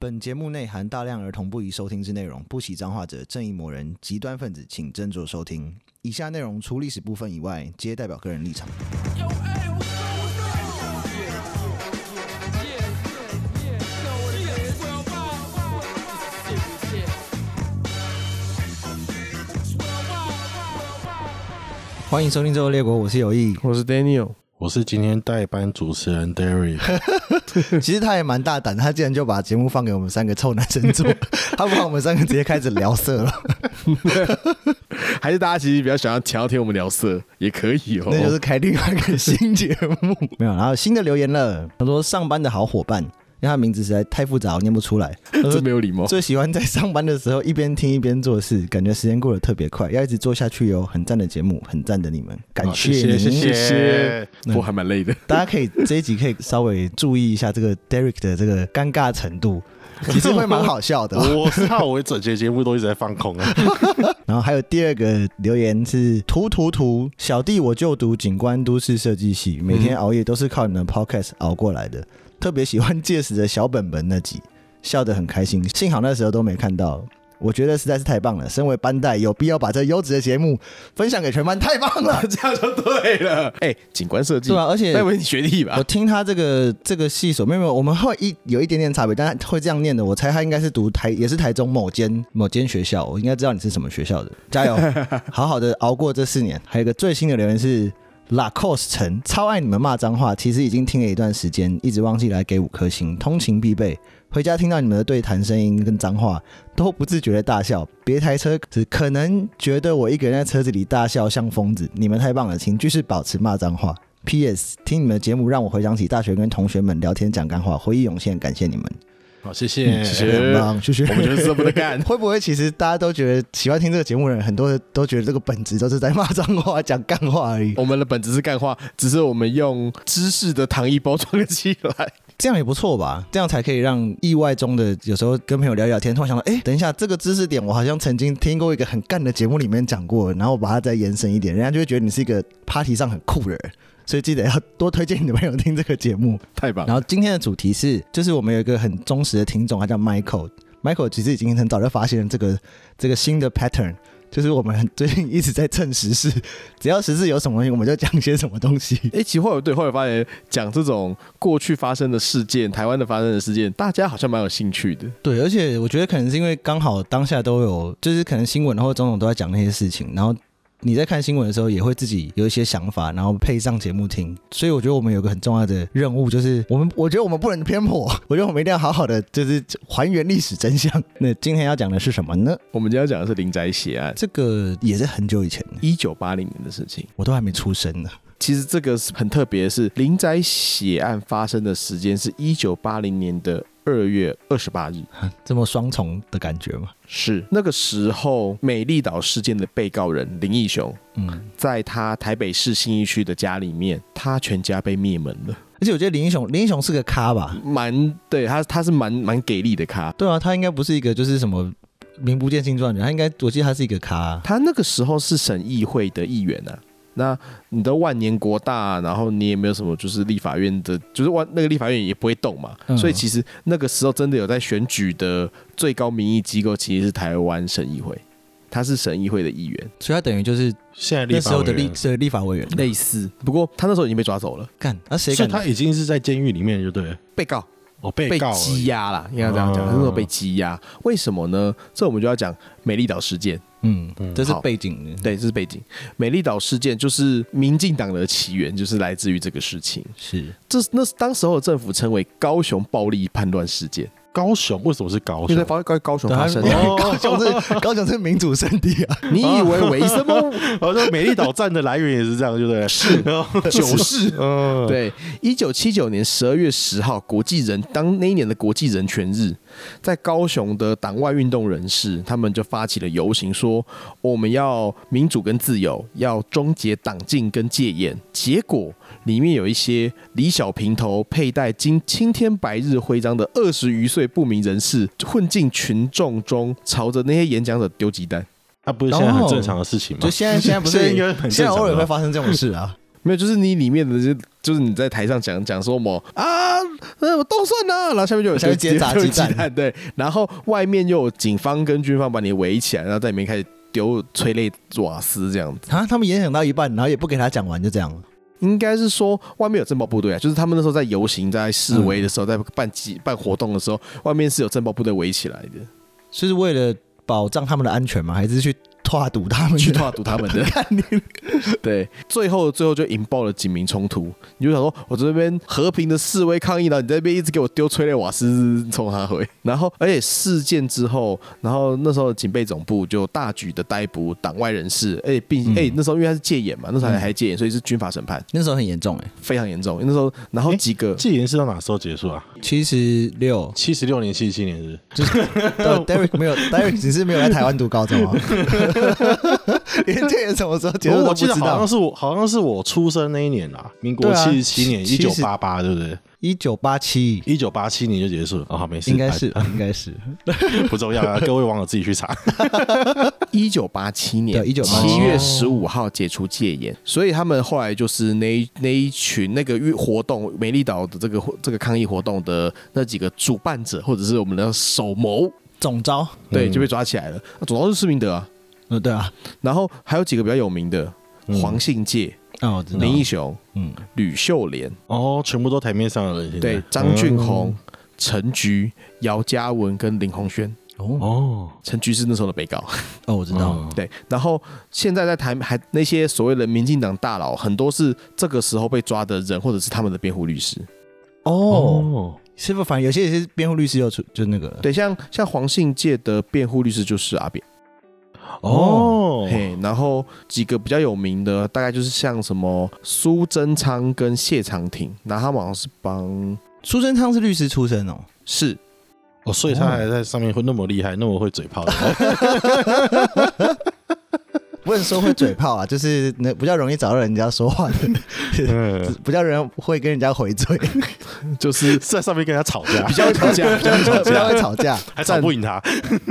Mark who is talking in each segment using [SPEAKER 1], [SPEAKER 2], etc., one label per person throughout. [SPEAKER 1] 本节目内含大量儿童不宜收听之内容，不喜脏话者、正义魔人、极端分子，请斟酌收听。以下内容除历史部分以外，皆代表个人立场。欢迎收听《周游列国》，我是有意。
[SPEAKER 2] 我是 Daniel，
[SPEAKER 3] 我是今天代班主持 人 Derry，
[SPEAKER 1] 其实他也蛮大胆，他竟然就把节目放给我们三个臭男生做，他不把我们三个直接开始聊色了，
[SPEAKER 2] 还是大家其实比较想要想要听我们聊色也可以哦。
[SPEAKER 1] 那就是开另外一个新节目。 没有，然后新的留言了，他说上班的好伙伴，因为他名字实在太复杂，我念不出来。他 说
[SPEAKER 2] 真没有礼貌。
[SPEAKER 1] 最喜欢在上班的时候一边听一边做事，感觉时间过得特别快，要一直做下去哟。很赞的节目，很赞的你们，感谢你。
[SPEAKER 3] 谢
[SPEAKER 2] 哦啊谢
[SPEAKER 3] 谢
[SPEAKER 2] 谢，我还蛮累的。
[SPEAKER 1] 大家可以这一集可以稍微注意一下这个 Derek 的这个尴尬程度，其实会蛮好笑的。
[SPEAKER 3] 我知道我整节节目都一直在放空啊，
[SPEAKER 1] 然后还有第二个留言是图图图小弟，我就读景观都市设计系，每天熬夜都是靠你们 podcast 熬过来的， 特别喜欢届时的小本本那集，笑得很开心， 幸好那时候都没看到。我觉得实在是太棒了，身为班代有必要把这优质的节目分享给全班，太棒了！
[SPEAKER 2] 这样就对了。 哎，景观设计
[SPEAKER 1] 对啊，而且
[SPEAKER 2] 那为你学弟
[SPEAKER 1] 我
[SPEAKER 2] 吧？
[SPEAKER 1] 听他这个这个系所，没有没有，我们会一有一点点差别，但他会这样念的，我猜他应该是读台，也是台中某间某间学校，我应该知道你是什么学校的，加油，好好的熬过这四年。还有一个最新的留言是。Lacoste 城超爱你们骂脏话，其实已经听了一段时间，一直忘记来给五颗星，通勤必备。回家听到你们的对谈声音跟脏话，都不自觉的大笑。别台车只可能觉得我一个人在车子里大笑像疯子，你们太棒了，请继续保持骂脏话。P.S. 听你们的节目让我回想起大学跟同学们聊天讲干话，回忆涌现，感谢你们，
[SPEAKER 3] 好谢谢
[SPEAKER 2] 嗯谢
[SPEAKER 3] 谢
[SPEAKER 2] 谢
[SPEAKER 1] 很棒，谢谢。。
[SPEAKER 2] 我们就是这么的干
[SPEAKER 1] 会不会其实大家都觉得喜欢听这个节目的人，很多人都觉得这个本质都是在骂脏话、讲干话而已，
[SPEAKER 2] 我们的本质是干话，只是我们用知识的糖衣包装了起来。
[SPEAKER 1] 这样也不错吧？这样才可以让意外中的有时候跟朋友聊一聊天，突然想到，哎，等一下这个知识点我好像曾经听过一个很干的节目里面讲过，然后把它再延伸一点，人家就会觉得你是一个 party 上很酷的人，所以记得要多推荐你的朋友听这个节目。
[SPEAKER 2] 太棒了！
[SPEAKER 1] 然后今天的主题是，就是我们有一个很忠实的听众，他叫 Michael。Michael 其实已经很早就发现了这个这个新的 pattern，就是我们很最近一直在蹭时事，只要时事有什么东西，我们就讲些什么东西。
[SPEAKER 2] 哎，其实后来对后来发现，讲这种过去发生的事件，台湾的发生的事件，大家好像蛮有兴趣的。
[SPEAKER 1] 对，而且我觉得可能是因为刚好当下都有，就是可能新闻或者种种都在讲那些事情，然后你在看新闻的时候也会自己有一些想法，然后配上节目听。所以我觉得我们有个很重要的任务，就是我们我觉得我们不能偏颇，我觉得我们一定要好好的就是还原历史真相。那今天要讲的是什么呢？
[SPEAKER 2] 我们今天要讲的是林宅血案，
[SPEAKER 1] 这个也是很久以前，
[SPEAKER 2] 一九八零年的事情。
[SPEAKER 1] 我都还没出生呢。
[SPEAKER 2] 其实这个是很特别，是林宅血案发生的时间是一九八零年的二月二十八日，
[SPEAKER 1] 这么双重的感觉嘛？
[SPEAKER 2] 是那个时候美丽岛事件的被告人林义雄，
[SPEAKER 1] 嗯，
[SPEAKER 2] 在他台北市信义区的家里面，他全家被灭门了，
[SPEAKER 1] 而且我觉得林英雄，林英雄是个咖吧？
[SPEAKER 2] 蛮对他他是蛮蛮给力的咖。
[SPEAKER 1] 对啊，他应该不是一个就是什么名不见经传的人，他应该我记得他是一个咖、啊
[SPEAKER 2] 他那个时候是省议会的议员啊。那你的万年国大，啊然后你也没有什么，就是立法院的，就是万那个立法院也不会动嘛。
[SPEAKER 1] 嗯
[SPEAKER 2] 所以其实那个时候真的有在选举的最高民意机构，其实是台湾省议会，他是省议会的议员，
[SPEAKER 1] 所以他等于就是
[SPEAKER 3] 现在
[SPEAKER 1] 那
[SPEAKER 3] 立
[SPEAKER 1] 时
[SPEAKER 3] 法
[SPEAKER 1] 候
[SPEAKER 3] 委
[SPEAKER 1] 的
[SPEAKER 3] 员
[SPEAKER 1] 立，是立法委员
[SPEAKER 2] 类似。不过他那时候已经被抓走了，
[SPEAKER 1] 干，那谁
[SPEAKER 3] 所以
[SPEAKER 1] 敢？
[SPEAKER 3] 他已经是在监狱里面，就对了，
[SPEAKER 2] 被告
[SPEAKER 3] 哦，被
[SPEAKER 2] 被
[SPEAKER 3] 告而已
[SPEAKER 2] 羁押啦，应该这样讲，
[SPEAKER 3] 哦
[SPEAKER 2] 他那时候被羁押。为什么呢？这我们就要讲美丽岛事件。
[SPEAKER 1] 嗯，
[SPEAKER 3] 嗯
[SPEAKER 1] 这是
[SPEAKER 2] 好
[SPEAKER 1] 背景。
[SPEAKER 2] 对，这是背景。美丽岛事件就是民进党的起源，就是来自于这个事情。
[SPEAKER 1] 是
[SPEAKER 2] 这那当时候的政府称为高雄暴力叛乱事件，
[SPEAKER 3] 高雄为什么是高
[SPEAKER 2] 因
[SPEAKER 3] 雄
[SPEAKER 2] 为在？高高高雄
[SPEAKER 1] 对
[SPEAKER 2] 发
[SPEAKER 1] 他
[SPEAKER 2] 生 的。
[SPEAKER 1] 哦高雄是高雄是民主圣地 啊，
[SPEAKER 2] 你以为为什么？
[SPEAKER 3] 好像美丽岛站的来源也是这样，对不对？ 哦是，
[SPEAKER 2] 九世
[SPEAKER 3] 嗯，
[SPEAKER 2] 对，一九七九年十二月十号，国际人当那一年的国际人权日，在高雄的党外运动人士，他们就发起了游行说，我们要民主跟自由，要终结党禁跟戒严。结果里面有一些李小平头佩戴金青天白日徽章的二十余岁不明人士，混进群众中，朝着那些演讲者丢鸡蛋。
[SPEAKER 3] 那啊不是现在很正常的事情吗
[SPEAKER 1] 哦就？现在现在不是
[SPEAKER 3] 现在应该很正常啊
[SPEAKER 1] 现在偶尔
[SPEAKER 3] 吧
[SPEAKER 1] 会发生这种事啊。
[SPEAKER 2] 没有，就是你里面的这就是你在台上讲讲说某啊，呃，我都算了，然后下面就有
[SPEAKER 1] 下面接炸
[SPEAKER 2] 就有
[SPEAKER 1] 鸡蛋
[SPEAKER 2] 蛋，对，然后外面又有警方跟军方把你围起来，然后在里面开始丢催泪瓦斯这样子。
[SPEAKER 1] 啊，他们演讲到一半，然后也不给他讲完，就这样了。
[SPEAKER 2] 应该是说外面有政报部队啊，就是他们那时候在游行、在示威的时候，在办集办活动的时候，外面是有政报部队围起来的，
[SPEAKER 1] 是为了保障他们的安全吗？还是去跨堵他们？
[SPEAKER 2] 去抓堵他们的。
[SPEAKER 1] 看你
[SPEAKER 2] 对，最后最后就引爆了警民冲突。你就想说，我这边和平的示威抗议，然后你在那边一直给我丢催泪瓦斯冲他回。然后，而且事件之后，然后那时候警备总部就大举的逮捕党外人士，哎、并哎、那时候因为他是戒严嘛，那时候还还戒严，所以是军法审判，
[SPEAKER 1] 那时候很严重哎、
[SPEAKER 2] 非常严重。那时候，然后几个。
[SPEAKER 3] 戒严是到哪时候结束啊？，
[SPEAKER 1] 七十六
[SPEAKER 3] 七十六年、七七年是不是？
[SPEAKER 1] 但 Derek 没有，Derek 只是没有在台湾读高中啊， 连这人什么时候结束
[SPEAKER 3] 哦我
[SPEAKER 1] 都
[SPEAKER 3] 我
[SPEAKER 1] 不
[SPEAKER 3] 记得
[SPEAKER 1] 知
[SPEAKER 3] 好像
[SPEAKER 1] 道。
[SPEAKER 3] 是我，好像是我出生那一年啦，民国
[SPEAKER 1] 对啊
[SPEAKER 3] 七十七年，一
[SPEAKER 1] 70
[SPEAKER 3] 九八八，对不对？
[SPEAKER 1] 一九八七，
[SPEAKER 3] 一九八七年就结束了，哦，好没事，
[SPEAKER 1] 应该是，应该是，
[SPEAKER 3] 不重要 啊，各位网友自己去查。
[SPEAKER 2] 一九八七年，
[SPEAKER 1] 对1987
[SPEAKER 2] 七月十五号解除戒严，所以他们后来就是那一那一群那个运活动美丽岛的这个这个抗议活动的那几个主办者或者是我们的首谋，
[SPEAKER 1] 总招，
[SPEAKER 2] 对，
[SPEAKER 3] 嗯
[SPEAKER 2] 就被抓起来了。那总要是施明德啊，
[SPEAKER 1] 嗯，对啊，
[SPEAKER 2] 然后还有几个比较有名的，
[SPEAKER 3] 嗯
[SPEAKER 2] 嗯黄信介、
[SPEAKER 1] 啊，我知道，
[SPEAKER 2] 林义雄、
[SPEAKER 1] 嗯，
[SPEAKER 2] 吕秀莲，
[SPEAKER 3] 哦，全部都台面上的人，现在
[SPEAKER 2] 对，嗯张俊宏、陈菊、姚嘉文跟林鸿轩。
[SPEAKER 1] 哦，
[SPEAKER 3] 哦，
[SPEAKER 2] 陈菊是那时候的被告，
[SPEAKER 1] 哦，我知道，
[SPEAKER 3] 嗯
[SPEAKER 2] 对。然后现在在台还那些所谓的民进党大佬，很多是这个时候被抓的人，或者是他们的辩护律师。
[SPEAKER 1] 哦，
[SPEAKER 3] 哦，
[SPEAKER 1] 师傅，反正有些也是辩护律师又出，就那个了，
[SPEAKER 2] 对，像像黄信介的辩护律师就是阿扁，
[SPEAKER 3] 哦，
[SPEAKER 2] 嘿。然后几个比较有名的，大概就是像什么苏贞昌跟谢长廷，那他们好像是帮
[SPEAKER 1] 苏贞昌是律师出身哦，
[SPEAKER 2] 是
[SPEAKER 3] 哦，所以他还在上面会那么厉害，那么会嘴炮的，
[SPEAKER 1] 不能说会嘴炮啊，就是那比较容易找到人家说话的，
[SPEAKER 3] 嗯
[SPEAKER 1] 比较人会跟人家回 嘴，
[SPEAKER 2] 就是
[SPEAKER 3] 在上面跟人家吵架
[SPEAKER 2] 比，较会吵 架，比较会吵
[SPEAKER 1] 比较
[SPEAKER 2] 架，
[SPEAKER 1] 会吵架。
[SPEAKER 3] 还吵不赢他。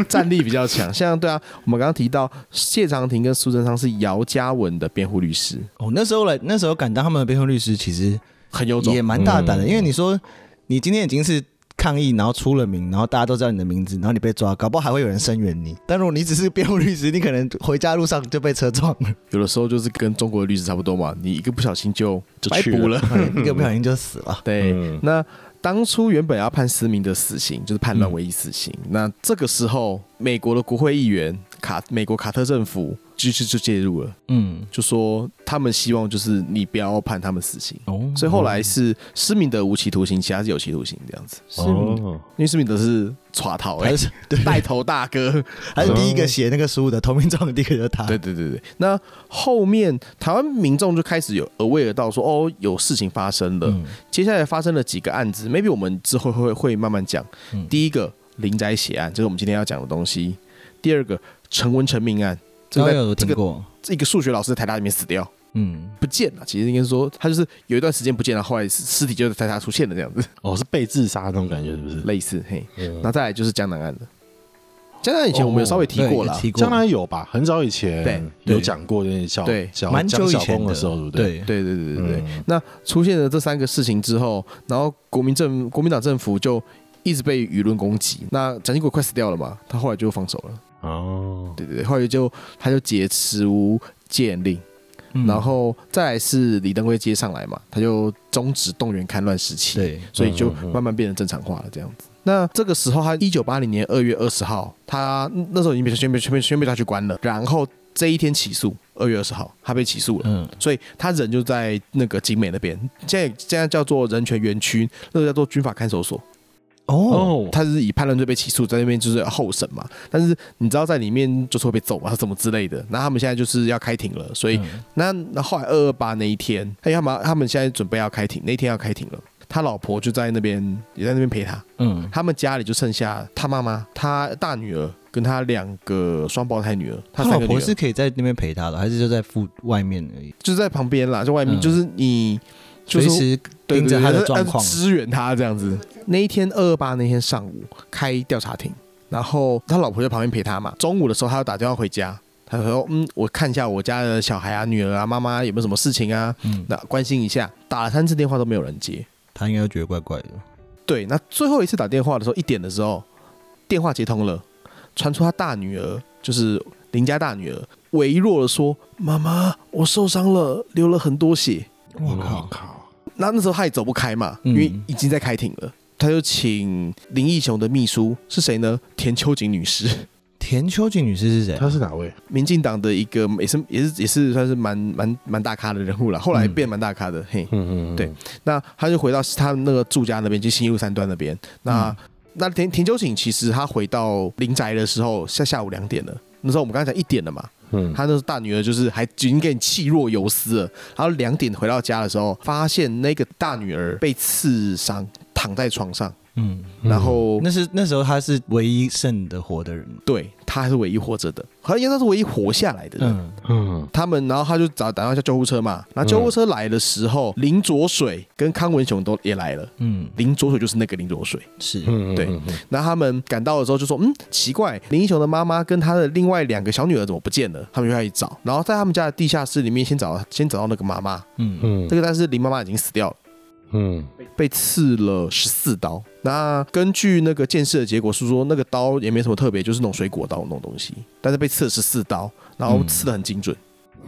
[SPEAKER 2] 战力比较强。像对啊，我们刚刚提到谢长廷跟苏贞昌是姚嘉文的辩护律师，
[SPEAKER 1] 哦，那时候来，那时候敢当他们的辩护律师，其实
[SPEAKER 2] 很有种
[SPEAKER 1] 也。蛮大胆的，
[SPEAKER 3] 嗯
[SPEAKER 1] 因为你说你今天已经是抗议，然后出了名，然后大家都知道你的名字，然后你被抓，搞不好还会有人声援你。但如果你只是辩护律师，你可能回家路上就被车撞 了，
[SPEAKER 2] 有的时候就是跟中国的律师差不多嘛，你一个不小心就
[SPEAKER 3] 就
[SPEAKER 2] 白
[SPEAKER 3] 去了
[SPEAKER 2] 补了。
[SPEAKER 1] 一个不小心就死了。
[SPEAKER 2] 对，
[SPEAKER 3] 嗯
[SPEAKER 2] 那当初原本要判思明的死刑，就是判
[SPEAKER 1] 嗯
[SPEAKER 2] 乱唯一死刑。那这个时候，美国的国会议员卡，美国卡特政府就就就介入了，
[SPEAKER 1] 嗯，
[SPEAKER 2] 就说他们希望就是你不要判他们死刑。
[SPEAKER 1] 哦
[SPEAKER 2] 所以后来是施明德无期徒刑，其他是有期徒刑这样子。
[SPEAKER 3] 哦，
[SPEAKER 2] 因为施明德是耍套哎
[SPEAKER 1] 还，是对，
[SPEAKER 2] 带头大 哥。
[SPEAKER 1] 还是第一个写那个书的投名状的第一个就是他。
[SPEAKER 2] 对对对对。那后面台湾民众就开始有 aware 到说，哦，有事情发生了。
[SPEAKER 1] 嗯，
[SPEAKER 2] 接下来发生了几个案子，maybe 我们之后会会慢慢讲。
[SPEAKER 1] 嗯
[SPEAKER 2] 第一个林宅血案，这是我们今天要讲的东西。第二个陈文成命案，这个在这个
[SPEAKER 1] 哦过。
[SPEAKER 2] 这个数学老师在台大里面死掉
[SPEAKER 1] 嗯，
[SPEAKER 2] 不见了，其实应该说他就是有一段时间不见了，后来尸尸体就在台大出现了这样子，
[SPEAKER 3] 哦，是被自杀那种感觉，是不是？
[SPEAKER 2] 类似嘿。
[SPEAKER 3] 嗯
[SPEAKER 2] 那再来就是江南案了，江南案以哦前我们有稍微提过了，
[SPEAKER 3] 江南有吧？很早以前
[SPEAKER 2] 对
[SPEAKER 3] 有讲过那小
[SPEAKER 2] 对
[SPEAKER 3] 小
[SPEAKER 1] 蛮久以
[SPEAKER 3] 讲小
[SPEAKER 1] 前
[SPEAKER 3] 公
[SPEAKER 1] 的
[SPEAKER 3] 的时候，对不对？
[SPEAKER 1] 对，
[SPEAKER 2] 对对对对对。
[SPEAKER 3] 嗯
[SPEAKER 2] 那出现了这三个事情之后，然后国民政国民党政府就一直被舆论攻击。那蒋经国快死掉了嘛，他后来就放手了。
[SPEAKER 3] 哦，
[SPEAKER 2] 对对对，后来就他就解持无戒严令，
[SPEAKER 1] 嗯
[SPEAKER 2] 然后再来是李登辉接上来嘛，他就终止动员戡乱时期，，
[SPEAKER 1] 对，
[SPEAKER 2] 所以就
[SPEAKER 3] 嗯嗯嗯
[SPEAKER 2] 慢慢变得正常化了这样子。那这个时候，他一九八零年二月二十号，他嗯那时候已经被宣被宣被宣被抓去关了，然后这一天起诉，二月二十号他被起诉了。
[SPEAKER 1] 嗯，
[SPEAKER 2] 所以他人就在那个景美那边，现在现在叫做人权园区，那个叫做军法看守所。
[SPEAKER 1] 哦，
[SPEAKER 3] 哦，
[SPEAKER 2] 他是以叛乱罪被起诉，在那边就是候审嘛。但是你知道在里面就是会被揍啊，什么之类的。那他们现在就是要开庭了，所以、
[SPEAKER 1] 嗯
[SPEAKER 2] 那那后来二二八那一天，哎，他们他们现在准备要开庭，那天要开庭了。他老婆就在那边，也在那边陪他。
[SPEAKER 1] 嗯，
[SPEAKER 2] 他们家里就剩下他妈妈、他大女儿跟他两个双胞胎女儿，
[SPEAKER 1] 他
[SPEAKER 2] 三
[SPEAKER 1] 老
[SPEAKER 2] 个女
[SPEAKER 1] 婆
[SPEAKER 2] 儿
[SPEAKER 1] 是可以在那边陪他的，还是就在附外面而已？
[SPEAKER 2] 就是在旁边啦，在外面，
[SPEAKER 1] 嗯
[SPEAKER 2] 就是你就是
[SPEAKER 1] 随时
[SPEAKER 2] 对
[SPEAKER 1] 盯着
[SPEAKER 2] 对
[SPEAKER 1] 他
[SPEAKER 2] 对
[SPEAKER 1] 的
[SPEAKER 2] 他
[SPEAKER 1] 状况
[SPEAKER 2] 他支援他这样子。那一天二二八那天上午开调查庭，然后他老婆在旁边陪他嘛。中午的时候，他要打电话回家，他说：“嗯，我看一下我家的小孩啊、女儿啊、妈妈有没有什么事情啊，那关心一下。”打了三次电话都没有人接。
[SPEAKER 1] 他应该觉得怪怪的。
[SPEAKER 2] 对，那最后一次打电话的时候，一点的时候，电话接通了，传出他大女儿，就是邻家大女儿，微弱的说：“妈妈，我受伤了，流了很多血。”
[SPEAKER 1] 我靠，
[SPEAKER 3] 靠！
[SPEAKER 2] 那那时候他也走不开嘛，
[SPEAKER 1] 嗯
[SPEAKER 2] 因为已经在开庭了，他就请林义雄的秘书是谁呢？田秋瑾女士，
[SPEAKER 1] 田秋瑾女士是谁？
[SPEAKER 3] 他是哪位？
[SPEAKER 2] 民进党的一个也是也是也是算是蛮蛮蛮大咖的人物了，后来
[SPEAKER 1] 嗯
[SPEAKER 2] 变蛮大咖的。嘿，
[SPEAKER 3] 嗯嗯，
[SPEAKER 2] 对那他就回到他那个住家那边，就新义路三段那边。
[SPEAKER 1] 嗯
[SPEAKER 2] 那、那田田秋瑾其实他回到林宅的时候，下下午两点了。那时候我们刚才讲一点了嘛，
[SPEAKER 3] 嗯，
[SPEAKER 2] 他那时候大女儿就是还已经给你气若游丝了。然后两点回到家的时候，发现那个大女儿被刺伤，躺在床上，
[SPEAKER 1] 嗯，
[SPEAKER 2] 然后、
[SPEAKER 1] 那是那时候她是唯一剩的活的人。
[SPEAKER 2] 对她还是唯一活着的，好像应该算是唯一活下来的人。
[SPEAKER 1] 嗯，
[SPEAKER 3] 嗯
[SPEAKER 2] 他们，然后他就找打电话叫救护车嘛。然后救护车来的时候，林卓水跟康文雄都也来了。
[SPEAKER 1] 嗯，
[SPEAKER 2] 林卓水就是那个林卓水。
[SPEAKER 1] 是，
[SPEAKER 3] 嗯，
[SPEAKER 2] 对
[SPEAKER 3] 嗯嗯嗯
[SPEAKER 2] 那他们赶到的时候就说：“嗯，奇怪，林英雄的妈妈跟他的另外两个小女儿怎么不见了？”他们就开始找，然后在他们家的地下室里面先找，先找到那个妈妈。
[SPEAKER 1] 嗯，
[SPEAKER 3] 嗯
[SPEAKER 2] 这个但是林妈妈已经死掉了，
[SPEAKER 3] 嗯
[SPEAKER 2] 被刺了十四刀。那根据那个鉴识的结果是说，那个刀也没什么特别，就是那种水果刀那种东西，但是被刺了十四刀，然后刺的很精准。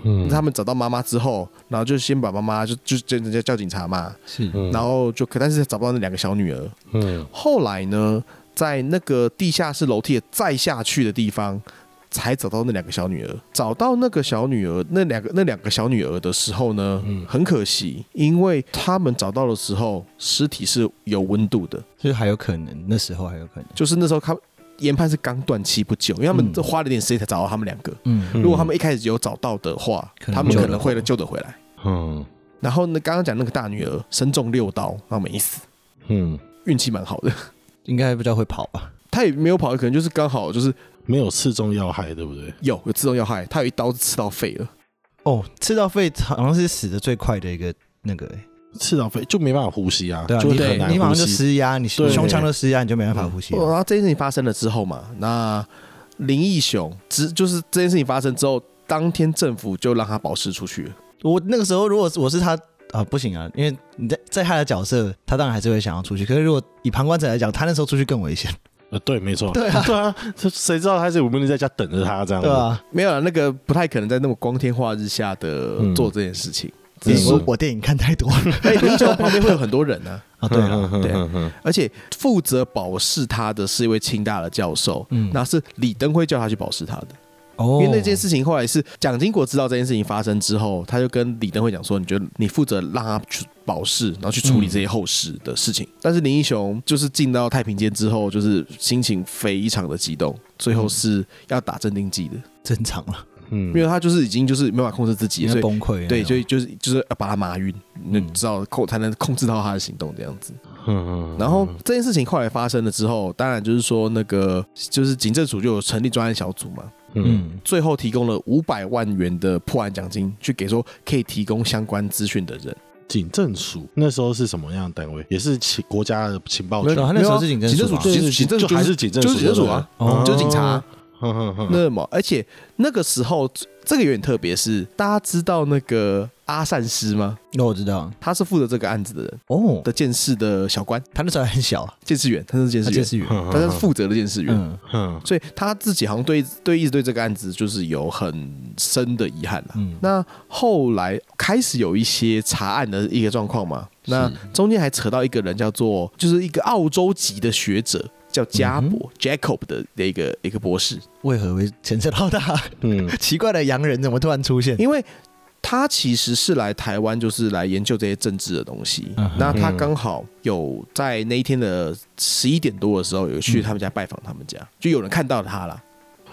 [SPEAKER 3] 嗯，
[SPEAKER 2] 他们找到妈妈之后，然后就先把妈妈就就就人家叫警察嘛，
[SPEAKER 1] 是，
[SPEAKER 3] 嗯
[SPEAKER 2] 然后就可但是找不到那两个小女儿。
[SPEAKER 3] 嗯
[SPEAKER 2] 后来呢，在那个地下室楼梯的再下去的地方，才找到那两个小女儿。找到那个小女儿，那两个那两个小女儿的时候呢，很可惜，因为他们找到的时候，尸体是有温度的，
[SPEAKER 1] 就是还有可能，那时候还有可能。
[SPEAKER 2] 就是那时候他研判是刚断气不久，因为他们
[SPEAKER 1] 嗯
[SPEAKER 2] 这花了点时间才找到他们两个。
[SPEAKER 1] 嗯
[SPEAKER 3] 嗯
[SPEAKER 2] 如果他们一开始有找到的话，
[SPEAKER 1] 可能
[SPEAKER 2] 他们
[SPEAKER 1] 救
[SPEAKER 2] 可
[SPEAKER 1] 得
[SPEAKER 2] 能
[SPEAKER 1] 回
[SPEAKER 2] 会
[SPEAKER 1] 来
[SPEAKER 2] 救得回来。
[SPEAKER 3] 嗯
[SPEAKER 2] 然后呢，刚刚讲那个大女儿身中六刀，然后没死，
[SPEAKER 3] 嗯，
[SPEAKER 2] 运气蛮好的。
[SPEAKER 1] 应该比较会跑吧？
[SPEAKER 2] 她也没有跑，可能就是刚好就是
[SPEAKER 3] 没有刺中要害，对不对？
[SPEAKER 2] 有有自动要害，她有一刀刺到肺了。
[SPEAKER 1] 哦，吃到肺好像是死的最快的一个那个、欸，
[SPEAKER 3] 刺到肺就没办法呼吸啊，
[SPEAKER 1] 对啊，
[SPEAKER 3] 就
[SPEAKER 1] 你
[SPEAKER 3] 很
[SPEAKER 1] 很
[SPEAKER 3] 难
[SPEAKER 1] 你马
[SPEAKER 3] 呼
[SPEAKER 1] 上就
[SPEAKER 3] 吸。
[SPEAKER 1] 施压，你
[SPEAKER 3] 对
[SPEAKER 1] 胸腔都施压，你就没办法呼吸
[SPEAKER 2] 哦
[SPEAKER 1] 了。
[SPEAKER 2] 然后这件事情发生了之后嘛，那林义雄只就是这件事情发生之后，当天政府就让他保释出去了。
[SPEAKER 1] 我那个时候如果是我是他啊，不行啊，因为你在在他的角色，他当然还是会想要出去。可是如果以旁观者来讲，他那时候出去更危险，
[SPEAKER 3] 呃，对，没错。
[SPEAKER 1] 对啊
[SPEAKER 3] 对啊，这谁知道他是有没有在家等着他这样
[SPEAKER 1] 对
[SPEAKER 3] 子？
[SPEAKER 1] 吧、
[SPEAKER 2] 没有了，那个不太可能在那么光天化日下的
[SPEAKER 3] 嗯
[SPEAKER 2] 做这件事情。
[SPEAKER 3] 只
[SPEAKER 1] 电
[SPEAKER 3] 是
[SPEAKER 1] 影我我电影看太 多了
[SPEAKER 2] 哎、林义雄旁边会有很多人呢、
[SPEAKER 1] 啊。对了，
[SPEAKER 2] 对
[SPEAKER 3] 嗯嗯
[SPEAKER 2] 而且负责保释他的是一位清大的教授，
[SPEAKER 1] 嗯，
[SPEAKER 2] 那是李登辉叫他去保释他的。
[SPEAKER 1] 哦
[SPEAKER 2] 因
[SPEAKER 3] 嗯
[SPEAKER 2] 为那件事情后来是蒋经国知道这件事情发生之后，他就跟李登辉讲说：“你觉得你负责让他去保释，然后去处理这些后事的事
[SPEAKER 1] 嗯
[SPEAKER 2] 情。但是林英雄就是进到太平间之后，就是心情非常的激动，最后是要打镇定剂的，
[SPEAKER 1] 正常了，
[SPEAKER 3] 嗯，
[SPEAKER 2] 因为他就是已经就是没办法控制自己，
[SPEAKER 1] 也
[SPEAKER 2] 所以
[SPEAKER 1] 崩溃了。啊
[SPEAKER 2] 对，所以就是就是要把他麻晕，你
[SPEAKER 1] 嗯
[SPEAKER 2] 知道控才能控制到他的行动这样子。
[SPEAKER 3] 嗯
[SPEAKER 2] 然后这件事情后来发生了之后，当然就是说那个就是警政署就有成立专案小组嘛，
[SPEAKER 3] 嗯
[SPEAKER 1] 嗯
[SPEAKER 2] 最后提供了五百万元的破案奖金，去给说可以提供相关资讯的人。
[SPEAKER 3] 警政署那时候是什么样的单位？也是情国家的情报局
[SPEAKER 1] 对，他那时候是警政
[SPEAKER 2] 啊警政
[SPEAKER 1] 署啊
[SPEAKER 2] 署
[SPEAKER 1] 吧，
[SPEAKER 2] 其实
[SPEAKER 3] 对
[SPEAKER 2] 警政署
[SPEAKER 3] 就还是警政
[SPEAKER 2] 就是警政
[SPEAKER 3] 署
[SPEAKER 2] 署啊，
[SPEAKER 1] 哦
[SPEAKER 2] 就是警察。
[SPEAKER 3] 哼哼哼
[SPEAKER 2] 那么，而且那个时候这个有点特别，是大家知道那个阿善师吗？
[SPEAKER 1] 那我知道
[SPEAKER 2] 他是负责这个案子的人
[SPEAKER 1] 哦，
[SPEAKER 2] 的监事的小官，
[SPEAKER 1] 他那时候还很小啊，
[SPEAKER 2] 监事员，他是监
[SPEAKER 1] 他
[SPEAKER 2] 事
[SPEAKER 1] 监
[SPEAKER 2] 员，
[SPEAKER 1] 视员，
[SPEAKER 3] 哼
[SPEAKER 2] 他是负责的监事员。
[SPEAKER 1] 嗯
[SPEAKER 3] 嗯
[SPEAKER 2] 所以他自己好像对对一直对这个案子就是有很深的遗憾啦。啊
[SPEAKER 1] 嗯，
[SPEAKER 2] 那后来开始有一些查案的一个状况嘛，那中间还扯到一个人叫做，就是一个澳洲籍的学者叫加
[SPEAKER 1] 嗯
[SPEAKER 2] 伯、Jacob 的的一个一个博士，
[SPEAKER 1] 为何会牵扯到他？
[SPEAKER 3] 嗯
[SPEAKER 1] 奇怪的洋人怎么突然出现？
[SPEAKER 2] 因为他其实是来台湾就是来研究这些政治的东西。
[SPEAKER 1] 嗯哼
[SPEAKER 2] 那他刚好有在那一天的十一点多的时候有去
[SPEAKER 1] 嗯
[SPEAKER 2] 他们家拜访他们家，就有人看到他啦。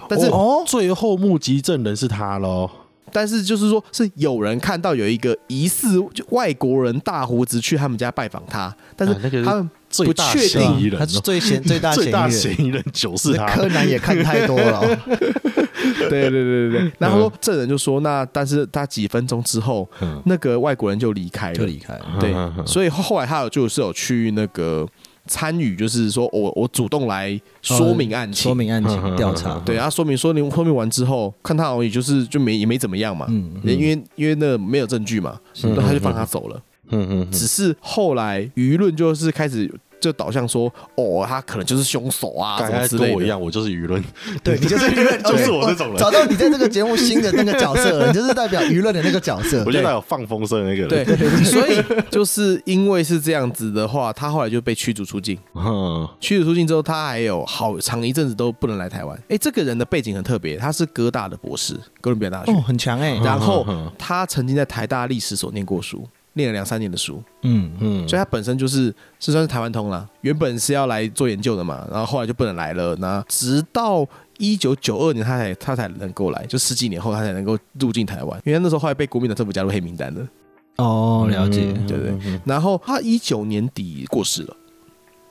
[SPEAKER 2] 但是、
[SPEAKER 3] 哦，最后目击证人是他喽。
[SPEAKER 2] 但是就是说，是有人看到有一个疑似就外国人大胡子去他们家拜访他，但是
[SPEAKER 3] 啊那个是
[SPEAKER 2] 他 们
[SPEAKER 3] 最大
[SPEAKER 2] 不确
[SPEAKER 3] 嫌
[SPEAKER 2] 定
[SPEAKER 3] 疑人
[SPEAKER 1] 他
[SPEAKER 3] 哦，
[SPEAKER 1] 是最嫌最大嫌
[SPEAKER 3] 最大
[SPEAKER 1] 疑人。
[SPEAKER 3] 嫌疑人就是他。
[SPEAKER 1] 柯南也看太多 了哦，
[SPEAKER 2] 对对对
[SPEAKER 3] 嗯
[SPEAKER 2] 对对。然后证人就说，那但是他几分钟之后，
[SPEAKER 3] 嗯
[SPEAKER 2] 那个外国人就离开
[SPEAKER 1] 就
[SPEAKER 2] 了。
[SPEAKER 1] 离开了。
[SPEAKER 2] 对
[SPEAKER 3] 嗯嗯，嗯
[SPEAKER 2] 所以后来他有就是有去那个参与，就是说我我主动来说明案情，
[SPEAKER 1] 说明案
[SPEAKER 3] 嗯嗯嗯
[SPEAKER 1] 情调查
[SPEAKER 3] 嗯，
[SPEAKER 2] 对，他说明说你说明完之后，看他好像也就是就没也没怎么样嘛，
[SPEAKER 1] 嗯
[SPEAKER 2] 因为因为那没有证据嘛，
[SPEAKER 3] 嗯
[SPEAKER 2] 那他就放他走了。
[SPEAKER 3] 嗯嗯嗯，
[SPEAKER 2] 只是后来舆论就是开始就导向说，哦，他可能就是凶手啊，
[SPEAKER 3] 大
[SPEAKER 2] 什么
[SPEAKER 3] 家
[SPEAKER 2] 之
[SPEAKER 3] 跟
[SPEAKER 2] 类
[SPEAKER 3] 我一
[SPEAKER 2] 的。
[SPEAKER 3] 样，我就是舆论，
[SPEAKER 1] 对你 就是舆 论，
[SPEAKER 3] 就是我这种人
[SPEAKER 1] 找到你在这个节目新的那个角色了，你就是代表舆论的那个角色
[SPEAKER 3] 我。就带有放风声的那个人。
[SPEAKER 2] 对，所以就是因为是这样子的话，他后来就被驱逐出境。
[SPEAKER 3] 嗯，
[SPEAKER 2] 驱逐出境之后，他还有好长一阵子都不能来台湾。哎，这个人的背景很特别，他是哥大的博士，哥伦比亚大学。
[SPEAKER 1] 哦，很强哎，
[SPEAKER 2] 然后
[SPEAKER 3] 嗯嗯嗯
[SPEAKER 2] 他曾经在台大历史所念过书，念了两三年的书。
[SPEAKER 1] 嗯，
[SPEAKER 3] 嗯
[SPEAKER 2] 所以他本身就是是算是台湾通啦，原本是要来做研究的嘛，然后后来就不能来了，那直到。一九九二年，他才他才能够来，就十几年后他才能够入境台湾，因为那时候后来被国民党政府加入黑名单了。
[SPEAKER 1] 哦，了解，
[SPEAKER 3] 嗯
[SPEAKER 2] 对对
[SPEAKER 3] 对，
[SPEAKER 2] 然后他一九年底过世了，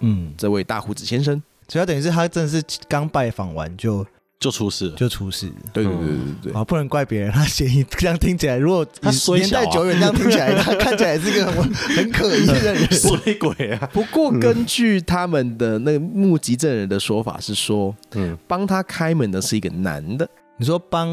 [SPEAKER 1] 嗯，
[SPEAKER 2] 这位大胡子先生。
[SPEAKER 1] 所以他等于是他真的是刚拜访完就
[SPEAKER 3] 就出事了。
[SPEAKER 1] 就出事
[SPEAKER 2] 对对对对对 对，
[SPEAKER 1] 啊，不能怪别人，他嫌疑这样听起来，如果
[SPEAKER 3] 他
[SPEAKER 1] 以
[SPEAKER 3] 衰
[SPEAKER 1] 年
[SPEAKER 3] 小啊
[SPEAKER 1] 代久远这样听起来，他看起来是个很 很可疑的人。
[SPEAKER 3] 衰鬼啊！
[SPEAKER 2] 不过根据他们的那个目击证人的说法是说，
[SPEAKER 3] 嗯，
[SPEAKER 2] 帮他开门的是一个男的，
[SPEAKER 1] 你说帮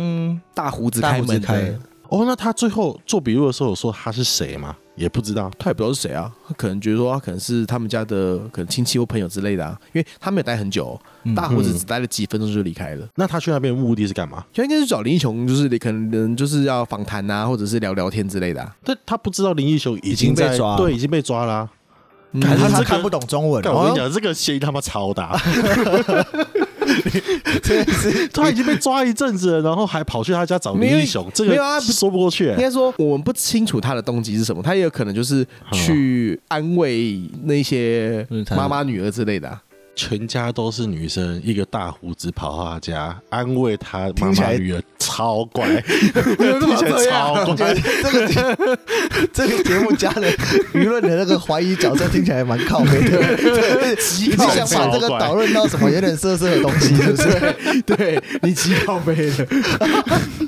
[SPEAKER 2] 大胡子
[SPEAKER 1] 大
[SPEAKER 2] 开
[SPEAKER 1] 胡子
[SPEAKER 2] 门
[SPEAKER 1] 开
[SPEAKER 2] 的，
[SPEAKER 3] 哦，那他最后做笔录的时候有说他是谁吗？也不知道。
[SPEAKER 2] 他也不知道是谁啊，他可能觉得说他可能是他们家的可能亲戚或朋友之类的啊，因为他没有待很久哦、
[SPEAKER 1] 嗯
[SPEAKER 2] 大胡子只待了几分钟就离开了。
[SPEAKER 3] 那他去那边的目的是干嘛？
[SPEAKER 2] 就应该是找林英雄，就是可能就是要访谈啊，或者是聊聊天之类的、啊。
[SPEAKER 3] 但他不知道林义雄已
[SPEAKER 1] 已经被
[SPEAKER 3] 在
[SPEAKER 1] 抓了
[SPEAKER 3] 对，已经被抓啊啦、
[SPEAKER 2] 嗯
[SPEAKER 1] 还是
[SPEAKER 3] 这
[SPEAKER 1] 他
[SPEAKER 3] 个
[SPEAKER 1] 看不懂中文？
[SPEAKER 3] 但我跟你
[SPEAKER 1] 哦，
[SPEAKER 3] 讲，这个嫌疑他妈超大，
[SPEAKER 1] 真的是
[SPEAKER 3] 他已经被抓一阵子了，然后还跑去他家找林义雄，这
[SPEAKER 2] 没有啊
[SPEAKER 3] 个
[SPEAKER 2] 不
[SPEAKER 3] 说不过去、
[SPEAKER 2] 应该说我们不清楚他的动机是什么，他也有可能就是去安慰那些
[SPEAKER 1] 嗯他
[SPEAKER 2] 妈妈、女儿之类的、啊。
[SPEAKER 3] 全家都是女生，一个大胡子跑到他家安慰他妈
[SPEAKER 1] 听起
[SPEAKER 3] 妈
[SPEAKER 1] 来
[SPEAKER 3] 女儿，超乖，
[SPEAKER 2] 没有那
[SPEAKER 3] 听
[SPEAKER 2] 么
[SPEAKER 3] 起来
[SPEAKER 2] 这样
[SPEAKER 3] 超
[SPEAKER 1] 我觉
[SPEAKER 3] 乖
[SPEAKER 1] 得。这个节 这个节目加了舆论的那个怀疑角色，听起来蛮靠背的。 你是想把这个导论到什么有点色色的东西，是不是？
[SPEAKER 2] 对你极靠背的。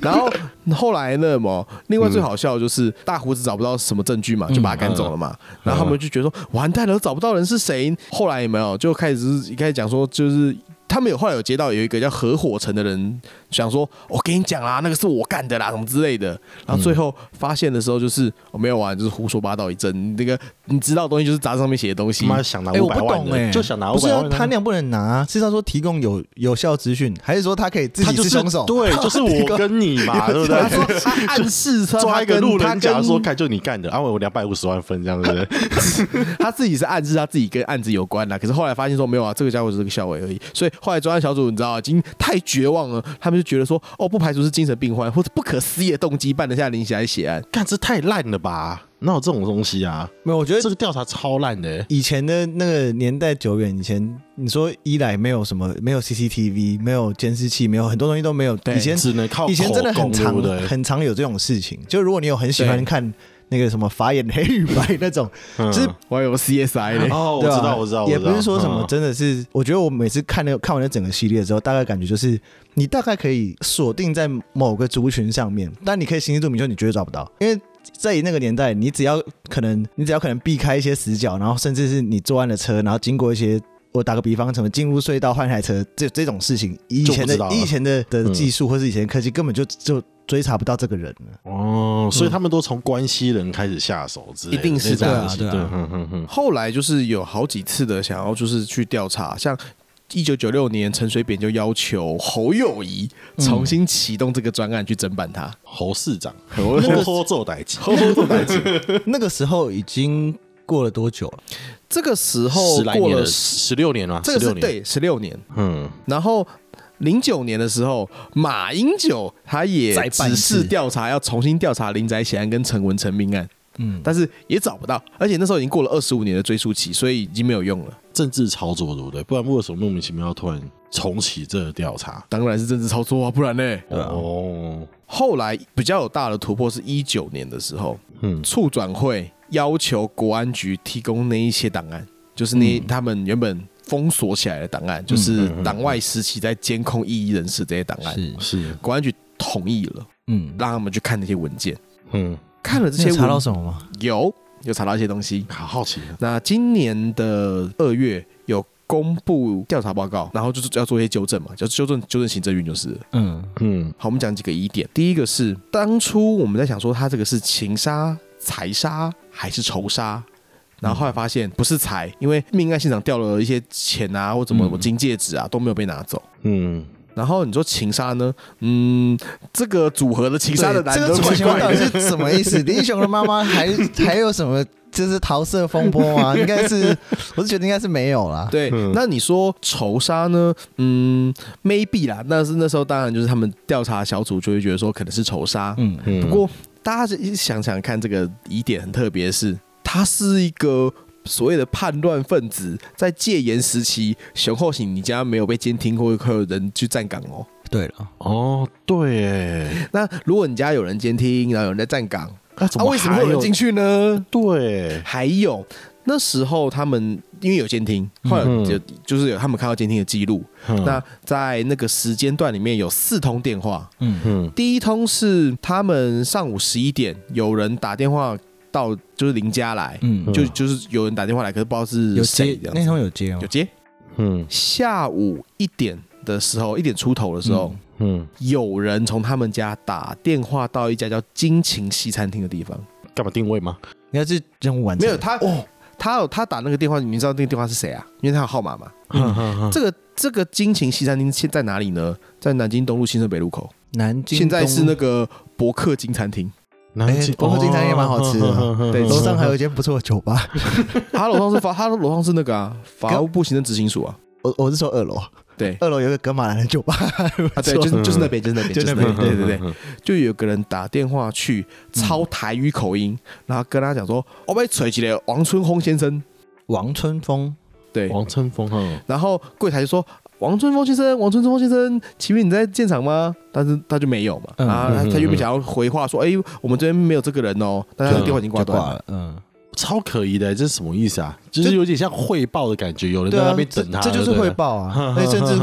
[SPEAKER 2] 然后后来呢么？另外最好笑的就是大胡子找不到什么证据
[SPEAKER 3] 嗯
[SPEAKER 2] 嘛，就把他赶走了嘛。然后他们就觉得说完蛋了，找不到人是谁。后来有没有就开始一开始讲说就是。他们有后来有接到有一个叫合伙城的人想说，我跟你讲啦，那个是我干的啦，什么之类的。
[SPEAKER 3] 嗯
[SPEAKER 2] 然后最后发现的时候就是，我、没有啊，就是胡说八道一阵。你那个你知道的东西就是杂志上面写的东西
[SPEAKER 3] 他，妈想拿
[SPEAKER 1] 哎
[SPEAKER 3] 五百万的、
[SPEAKER 1] 哎
[SPEAKER 3] 就想拿
[SPEAKER 1] 不
[SPEAKER 3] 五
[SPEAKER 1] 是
[SPEAKER 3] 百
[SPEAKER 1] 啊
[SPEAKER 3] 万、
[SPEAKER 1] 他那样不能拿，是要说提供有有效资讯，还是说他可以自
[SPEAKER 3] 他
[SPEAKER 1] 己
[SPEAKER 3] 就是是
[SPEAKER 1] 凶手？
[SPEAKER 3] 对，就是我跟你嘛，对 不
[SPEAKER 2] 他说
[SPEAKER 3] 对？
[SPEAKER 2] 他暗示说
[SPEAKER 3] 抓一个
[SPEAKER 2] 他跟
[SPEAKER 3] 路
[SPEAKER 2] 他
[SPEAKER 3] 人甲
[SPEAKER 2] 跟
[SPEAKER 3] 说，看就你干的，安慰我两百五十万分这样，对不对？
[SPEAKER 2] 他自己是暗示他自己跟案子有关啦，可是后来发现说没有啊，这个家伙只是个校委而已。所以后来专案小组你知道啊已经太绝望了，他们就觉得说哦，不排除是精神病患或者不可思议的动机办得下林喜来血案。
[SPEAKER 3] 干这太烂了吧？哪有这种东西啊？
[SPEAKER 1] 没有，我觉
[SPEAKER 3] 这
[SPEAKER 1] 得。
[SPEAKER 3] 个调查超烂的、欸。
[SPEAKER 1] 以前的那个年代久远，以前你说一来没有什么，没有 CCTV，没有监视器，没有很多东西都没有。以前
[SPEAKER 3] 只能靠
[SPEAKER 1] 以前真的很
[SPEAKER 3] 长
[SPEAKER 1] 常很常有这种事情，就如果你有很喜欢
[SPEAKER 2] 对
[SPEAKER 1] 看那个什么法眼黑与白那种，
[SPEAKER 3] 嗯
[SPEAKER 1] 就是
[SPEAKER 2] 我还有 CSI 嘞，
[SPEAKER 3] 哦，我
[SPEAKER 1] 对
[SPEAKER 3] 知
[SPEAKER 1] 吧
[SPEAKER 3] 道，我知道，
[SPEAKER 1] 也不
[SPEAKER 3] 我知
[SPEAKER 1] 是
[SPEAKER 3] 道
[SPEAKER 1] 说什么
[SPEAKER 3] 嗯，
[SPEAKER 1] 真的是，我觉得我每次看那个看完那整个系列之后，大概感觉就是你大概可以锁定在某个族群上面，但你可以心知肚明，就你绝对抓不到，因为。在那个年代，你只要可能，你只要可能避开一些死角，然后甚至是你作案的车，然后经过一些，我打个比方，什么进入隧道换台车，这这种事情，以前的
[SPEAKER 3] 就不知道了
[SPEAKER 1] 以前的的
[SPEAKER 3] 嗯
[SPEAKER 1] 技术或是以前的科技，根本就就追查不到这个人了。
[SPEAKER 3] 哦，所以他们都从关系人开始下手之类的，
[SPEAKER 2] 嗯一定是
[SPEAKER 3] 这
[SPEAKER 2] 的
[SPEAKER 3] 样子
[SPEAKER 1] 对啊对啊
[SPEAKER 3] 嗯嗯嗯
[SPEAKER 2] 后来就是有好几次的想要就是去调查，像。一九九六年，陈水扁就要求侯友谊重新启动这个专案去侦办他。
[SPEAKER 3] 侯市长，
[SPEAKER 2] 我
[SPEAKER 3] 偷偷做歹计，
[SPEAKER 2] 侯做白痴。
[SPEAKER 1] 那个时候已经过了多久了？
[SPEAKER 2] 这个时候
[SPEAKER 3] 十来
[SPEAKER 2] 过
[SPEAKER 3] 年
[SPEAKER 2] 了
[SPEAKER 3] 了，
[SPEAKER 2] 十，
[SPEAKER 3] 十六年了，
[SPEAKER 2] 这个
[SPEAKER 3] 16
[SPEAKER 2] 是
[SPEAKER 3] 年，
[SPEAKER 2] 对十六年，
[SPEAKER 3] 嗯，
[SPEAKER 2] 然后零九年的时候，马英九他也
[SPEAKER 1] 再办
[SPEAKER 2] 只
[SPEAKER 1] 一
[SPEAKER 2] 是
[SPEAKER 1] 次
[SPEAKER 2] 调查要重新调查林宅血案跟陈文成命案，
[SPEAKER 1] 嗯，
[SPEAKER 2] 但是也找不到，而且那时候已经过了二十五年的追溯期，所以已经没有用了。
[SPEAKER 3] 政治操作对不对？不然为什么莫名其妙突然重启这个调查？
[SPEAKER 2] 当然是政治操作啊，不然呢？
[SPEAKER 1] 对啊
[SPEAKER 3] 哦，
[SPEAKER 2] 后来比较有大的突破是一九年的时候，
[SPEAKER 3] 嗯，
[SPEAKER 2] 促转会要求国安局提供那一些档案，就是那、
[SPEAKER 1] 嗯
[SPEAKER 2] 他们原本封锁起来的档案，就是党外时期在监控异议人士这些档案，
[SPEAKER 1] 是
[SPEAKER 3] 是，
[SPEAKER 2] 国安局同意了，
[SPEAKER 1] 嗯，
[SPEAKER 2] 让他们去看那些文件。
[SPEAKER 3] 嗯，
[SPEAKER 2] 看了这
[SPEAKER 1] 那
[SPEAKER 2] 些
[SPEAKER 1] 有查
[SPEAKER 2] 文
[SPEAKER 1] 到什么吗？
[SPEAKER 2] 有有查到一些东西。
[SPEAKER 3] 好好奇啊，
[SPEAKER 2] 那今年的二月有公布调查报告，然后就是要做一些纠正嘛，就纠正纠正行政院就是了。
[SPEAKER 1] 嗯，
[SPEAKER 3] 嗯，
[SPEAKER 2] 好，我们讲几个疑点。第一个是当初我们在想说他这个是情杀、财杀还是仇杀，然后后来发现不是财，因为命案现场掉了一些钱啊，或怎
[SPEAKER 1] 嗯
[SPEAKER 2] 么什么金戒指啊都没有被拿走。
[SPEAKER 3] 嗯，
[SPEAKER 2] 然后你说情杀呢？嗯，这个组合的情杀的男
[SPEAKER 1] 这
[SPEAKER 2] 的
[SPEAKER 1] 个
[SPEAKER 2] 都
[SPEAKER 1] 主
[SPEAKER 2] 怪
[SPEAKER 1] 情况
[SPEAKER 2] 怪
[SPEAKER 1] 到
[SPEAKER 2] 的
[SPEAKER 1] 底是什么意思？ 林英雄的妈妈还 还有什么就是桃色风波 吗？应该是，我是觉得应该是没有啦。
[SPEAKER 2] 对，
[SPEAKER 3] 嗯
[SPEAKER 2] 那你说仇杀呢？嗯，maybe 啦，那是那时候当然就是他们调查小组就会觉得说可能是仇杀。
[SPEAKER 1] 嗯，
[SPEAKER 3] 嗯
[SPEAKER 2] 不过大家想想看，这个疑点很特别是，他是一个所谓的叛乱分子，在戒严时期，熊后醒你家没有被监听，或会有人去站岗哦。
[SPEAKER 1] 对了，
[SPEAKER 3] 哦，对耶，
[SPEAKER 2] 那如果你家有人监听，然后有人在站岗，
[SPEAKER 3] 那怎
[SPEAKER 2] 啊，
[SPEAKER 3] 么
[SPEAKER 2] 为什么
[SPEAKER 3] 还
[SPEAKER 2] 会有人
[SPEAKER 3] 有
[SPEAKER 2] 进？去呢？
[SPEAKER 3] 对，
[SPEAKER 2] 还有那时候他们因为有监听，后来
[SPEAKER 3] 嗯
[SPEAKER 2] 就、就是有他们看到监听的记录。
[SPEAKER 3] 嗯
[SPEAKER 2] 那在那个时间段里面有四通电话，
[SPEAKER 1] 嗯
[SPEAKER 3] 嗯
[SPEAKER 2] 第一通是他们上午十一点有人打电话到就是林家来，
[SPEAKER 1] 嗯
[SPEAKER 2] 就就是有人打电话来，可是不知道是
[SPEAKER 1] 有
[SPEAKER 2] 谁
[SPEAKER 1] 接
[SPEAKER 2] 这样
[SPEAKER 1] 那
[SPEAKER 2] 子
[SPEAKER 1] 通有接哦
[SPEAKER 2] 有，接。
[SPEAKER 3] 嗯
[SPEAKER 2] 下午一点的时候，一点出头的时候，
[SPEAKER 3] 嗯，
[SPEAKER 2] 有人从他们家打电话到一家叫金琴西餐厅的地方，
[SPEAKER 3] 干嘛定位吗？
[SPEAKER 1] 应该是任务完成。
[SPEAKER 2] 没有他哦。他有他打那个电话，你知道那个电话是谁啊？因为他有号码嘛。
[SPEAKER 1] 嗯
[SPEAKER 2] 这个这个金琴西餐厅现在哪里呢？在南京东路新生北路口，
[SPEAKER 1] 南京
[SPEAKER 2] 现在
[SPEAKER 1] 东
[SPEAKER 2] 是那个博客金餐厅。
[SPEAKER 3] 南京哦嗯
[SPEAKER 1] 哎不过金山也蛮好吃的
[SPEAKER 2] 对
[SPEAKER 1] 楼上还有一间不错的酒吧，
[SPEAKER 2] 他楼上是法，他楼上是那个啊，法务部行政执行署啊。
[SPEAKER 1] 我我是说二楼，
[SPEAKER 2] 对
[SPEAKER 1] 二楼有一个格马兰的酒吧，
[SPEAKER 2] 啊，对，就是就是那边，就是那边，
[SPEAKER 1] 就
[SPEAKER 2] 就是
[SPEAKER 1] 那
[SPEAKER 2] 那
[SPEAKER 1] 边
[SPEAKER 2] 边，对对对，
[SPEAKER 3] 对，
[SPEAKER 2] 就有个人打电话去操台语口音，然后跟他讲说，我被锤起来王春红先生，
[SPEAKER 1] 王春风，
[SPEAKER 2] 对，
[SPEAKER 3] 王春风嗯哈，
[SPEAKER 2] 然后柜台就说。王春风先生，王春风先生，请问你在现场吗？但是他就没有嘛，
[SPEAKER 1] 嗯
[SPEAKER 2] 啊，
[SPEAKER 3] 嗯嗯
[SPEAKER 2] 他他原本想要回话说，哎、我们这边没有这个人哦，但他的电话已经挂
[SPEAKER 1] 就
[SPEAKER 2] 断
[SPEAKER 1] 挂
[SPEAKER 2] 了。
[SPEAKER 1] 了，嗯，
[SPEAKER 3] 超可疑的，这是什么意思啊？就是有点像汇报的感觉，有人
[SPEAKER 1] 对
[SPEAKER 3] 在那
[SPEAKER 1] 啊
[SPEAKER 3] 边，
[SPEAKER 1] 这
[SPEAKER 3] 等他，
[SPEAKER 1] 这就是汇报啊， 而且甚至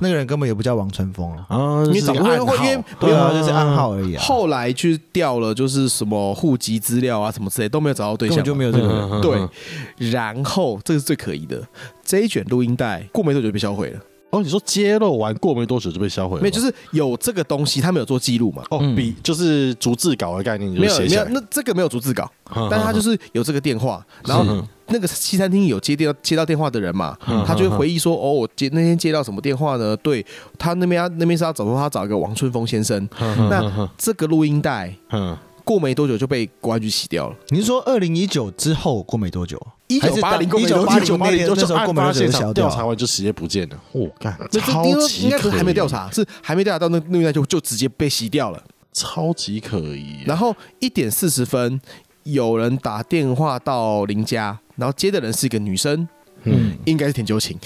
[SPEAKER 1] 那个人根本也不叫王春风啊，
[SPEAKER 3] 啊，
[SPEAKER 2] 你找
[SPEAKER 3] 个
[SPEAKER 2] 不到
[SPEAKER 3] 暗
[SPEAKER 2] 会因为
[SPEAKER 3] 号
[SPEAKER 1] 对啊，就是暗号而已啊，
[SPEAKER 2] 后来去调了，就是什么户籍资料啊，什么之类都没有找到对
[SPEAKER 1] 根本
[SPEAKER 2] 象嘛，
[SPEAKER 1] 就没有这个人，
[SPEAKER 3] 嗯
[SPEAKER 2] 对，然后这个是最可疑的，这一卷录音带过没多久就被销毁了。
[SPEAKER 3] 哦，你说揭露完过没多久就被销毁了吗？
[SPEAKER 2] 没有，就是有这个东西，他们有做记录嘛？
[SPEAKER 3] 哦，
[SPEAKER 1] 嗯
[SPEAKER 3] 比就是逐字稿的概念，你就
[SPEAKER 2] 没有，
[SPEAKER 3] 写
[SPEAKER 2] 没
[SPEAKER 3] 起
[SPEAKER 2] 有
[SPEAKER 3] 来，。
[SPEAKER 2] 那这个没有逐字稿，
[SPEAKER 3] 嗯
[SPEAKER 2] 但是他就
[SPEAKER 3] 嗯
[SPEAKER 2] 是有这个电话，然后那个西餐厅有接电接到电话的人嘛，
[SPEAKER 3] 嗯
[SPEAKER 2] 他就会回忆说，哦，我接那天接到什么电话呢？对他那边他啊那边是要找说他找一个王春风先生，
[SPEAKER 3] 嗯
[SPEAKER 2] 那这个录音带
[SPEAKER 3] 嗯
[SPEAKER 2] 过没多久就被国安局洗掉了。
[SPEAKER 1] 你是说二零一九之后过没多久？
[SPEAKER 2] 一九八零
[SPEAKER 1] 还是
[SPEAKER 2] 过没多久
[SPEAKER 1] 1980那
[SPEAKER 3] 那
[SPEAKER 1] 天
[SPEAKER 3] 就
[SPEAKER 1] 那
[SPEAKER 3] 是
[SPEAKER 1] 时候
[SPEAKER 3] 案
[SPEAKER 1] 过没多
[SPEAKER 3] 发
[SPEAKER 1] 久
[SPEAKER 3] 现
[SPEAKER 1] 就
[SPEAKER 3] 场
[SPEAKER 1] 消
[SPEAKER 3] 调
[SPEAKER 1] 掉
[SPEAKER 3] 查
[SPEAKER 1] 了。
[SPEAKER 3] 完就直接不见了，我干，
[SPEAKER 2] 那这应
[SPEAKER 3] 超
[SPEAKER 2] 该
[SPEAKER 3] 级
[SPEAKER 2] 应该不是还没
[SPEAKER 3] 可疑
[SPEAKER 2] 调，查，是还没调查到那录音带就就直接被洗掉了。
[SPEAKER 3] 超级可疑。啊
[SPEAKER 2] 然后一点四十分，有人打电话到林家，然后接的人是一个女生，
[SPEAKER 3] 嗯
[SPEAKER 1] 嗯，
[SPEAKER 2] 应该是田秋晴。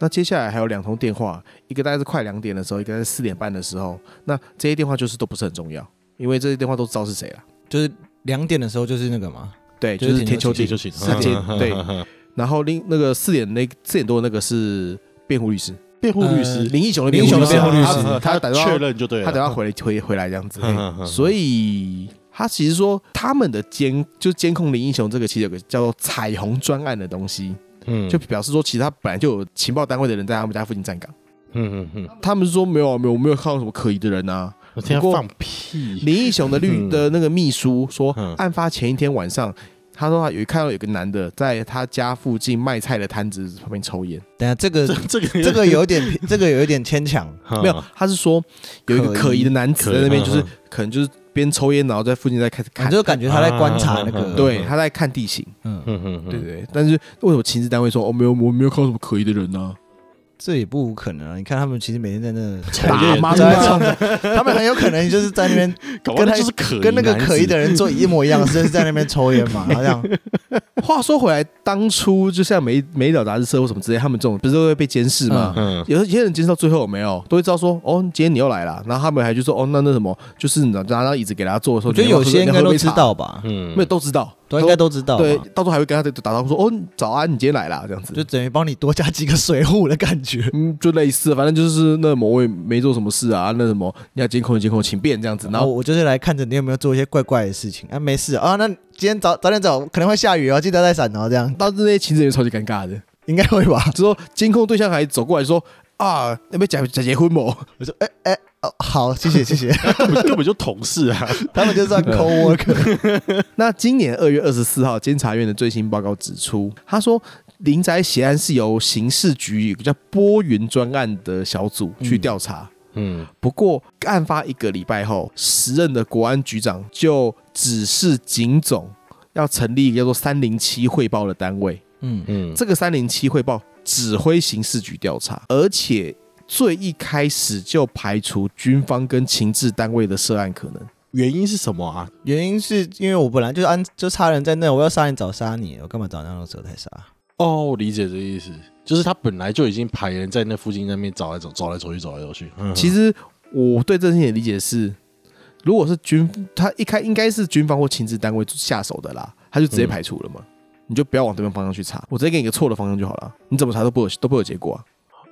[SPEAKER 2] 那接下来还有两通电话，一个大概是快两点的时候，一个在四点半的时候。那这些电话就是都不是很重要，因为这些电话都知道是谁了。
[SPEAKER 1] 就是两点的时候就是那个嘛，
[SPEAKER 2] 对，
[SPEAKER 1] 就
[SPEAKER 2] 就是是田
[SPEAKER 1] 田
[SPEAKER 2] 秋
[SPEAKER 1] 秋
[SPEAKER 2] 晴嗯
[SPEAKER 3] 就请嗯
[SPEAKER 2] 是接对。然后另那个四点那四点多那个是辩护律师，呃
[SPEAKER 3] 辩护律师，
[SPEAKER 2] 林义雄的
[SPEAKER 1] 林义雄的辩护律师
[SPEAKER 2] 啊
[SPEAKER 3] 啊
[SPEAKER 2] 他
[SPEAKER 3] 他
[SPEAKER 2] 打
[SPEAKER 3] 确
[SPEAKER 2] 电话，
[SPEAKER 3] 认就对了，
[SPEAKER 2] 他等下回来 回回来这样子。
[SPEAKER 3] 嗯嗯嗯
[SPEAKER 2] 所以他其实说他们的监就监控林英雄这个其实有个叫做彩虹专案的东西，
[SPEAKER 3] 嗯
[SPEAKER 2] 就表示说其实他本来就有情报单位的人在他们家附近站岗。
[SPEAKER 3] 嗯嗯嗯，
[SPEAKER 2] 他们说没有啊，没有，我没有看到什么可疑的人啊。
[SPEAKER 3] 我听他
[SPEAKER 2] 不过
[SPEAKER 3] 放屁，
[SPEAKER 2] 林英雄的律
[SPEAKER 3] 嗯
[SPEAKER 2] 的那个秘书说
[SPEAKER 3] 嗯，
[SPEAKER 2] 案发前一天晚上。他说他有看到有个男的在他家附近卖菜的摊子旁边抽烟，
[SPEAKER 1] 等下这个
[SPEAKER 3] 这个
[SPEAKER 1] 这个有点这个有一点牵 强，
[SPEAKER 2] 没有，他是说有一个可疑的男子在那边，
[SPEAKER 3] 嗯可疑
[SPEAKER 2] 就是
[SPEAKER 3] 嗯啊
[SPEAKER 2] 可能就是边抽烟，然后在附近在看
[SPEAKER 1] 你
[SPEAKER 2] 看，
[SPEAKER 1] 就感觉他在观察那
[SPEAKER 3] 嗯
[SPEAKER 1] 个，
[SPEAKER 2] 对，他在看地形。
[SPEAKER 1] 嗯，
[SPEAKER 3] 嗯嗯嗯
[SPEAKER 2] 对对，但是为什么情治单位说哦没有我没有看到什么可疑的人啊呢、
[SPEAKER 1] 这也不无可能啊。你看他们其实每天在那
[SPEAKER 3] 抽烟
[SPEAKER 2] 妈
[SPEAKER 1] 在那唱歌， 他们很有可能就是在那 边
[SPEAKER 3] 搞不好
[SPEAKER 1] 跟他
[SPEAKER 3] 就是可疑
[SPEAKER 1] 跟那个
[SPEAKER 3] 男子
[SPEAKER 1] 可疑的人做一模一样的事，就是在那边抽烟 嘛，好像
[SPEAKER 2] 话说回来，当初就像美美岛杂志社或什么之类，他们这种不是都会被监视吗？
[SPEAKER 3] 嗯
[SPEAKER 2] 有些人监视到最后有没有，都会知道说哦，今天你又来了，然后他们还就说哦，那那什么，就是你拿拿张椅子给他坐的时候，
[SPEAKER 1] 我觉得
[SPEAKER 2] 你要
[SPEAKER 1] 有
[SPEAKER 2] 喝
[SPEAKER 1] 些应该都知，
[SPEAKER 2] 你要喝杯
[SPEAKER 1] 道吧。
[SPEAKER 3] 嗯
[SPEAKER 2] 茶没有都知道，
[SPEAKER 1] 都应该都知道嘛。
[SPEAKER 2] 对，到时候还会跟他打招呼说：“哦，早安，你今天来啦。”这样子，
[SPEAKER 1] 就等于帮你多加几个水壶的感觉。
[SPEAKER 2] 嗯，就类似，反正就是那某位没做什么事啊，那什么你要监控监控，请便这样子。然
[SPEAKER 1] 然后
[SPEAKER 2] 后
[SPEAKER 1] 我就是来看着你有没有做一些怪怪的事情啊，没事啊，那今天早早点走，可能会下雨哦，记得带伞哦，这样
[SPEAKER 2] 当时那些情人也超级尴尬的，
[SPEAKER 1] 应该会 吧？
[SPEAKER 2] 之后监控对象还走过来说：“啊，那边假假结婚吗？
[SPEAKER 1] 我说，哎哎哦，好，谢 谢谢谢，
[SPEAKER 3] 根本根本就同事啊，
[SPEAKER 1] 他们就算 co work，
[SPEAKER 2] 那今年二月二十四号，监察院的最新报告指出，他说林宅血案是由刑事局有个叫波云专案的小组去调查。
[SPEAKER 3] 嗯，
[SPEAKER 2] 不过，案发一个礼拜后，时任的国安局长就指示警总要成立一个叫做“三零七汇报”的单位。
[SPEAKER 1] 嗯，
[SPEAKER 3] 嗯，
[SPEAKER 2] 这个“三零七汇报”指挥刑事局调查，而且最一开始就排除军方跟情治单位的涉案可能。
[SPEAKER 3] 原因是什么啊？
[SPEAKER 1] 原因是因为我本来就是安就差人在那，我要杀你早杀你，我干嘛找那种蛇太杀？
[SPEAKER 3] 哦，我理解这意思，就是他本来就已经排人在那附近那边找来走，走来走去，走来走去。嗯
[SPEAKER 2] 其实我对这件事情的理解是，如果是军，他一开应该是军方或情治单位下手的啦，他就直接排除了嘛。你就不要往对方方向去查，我直接给你一个错的方向就好了。你怎么查都不会有都不会有结果啊。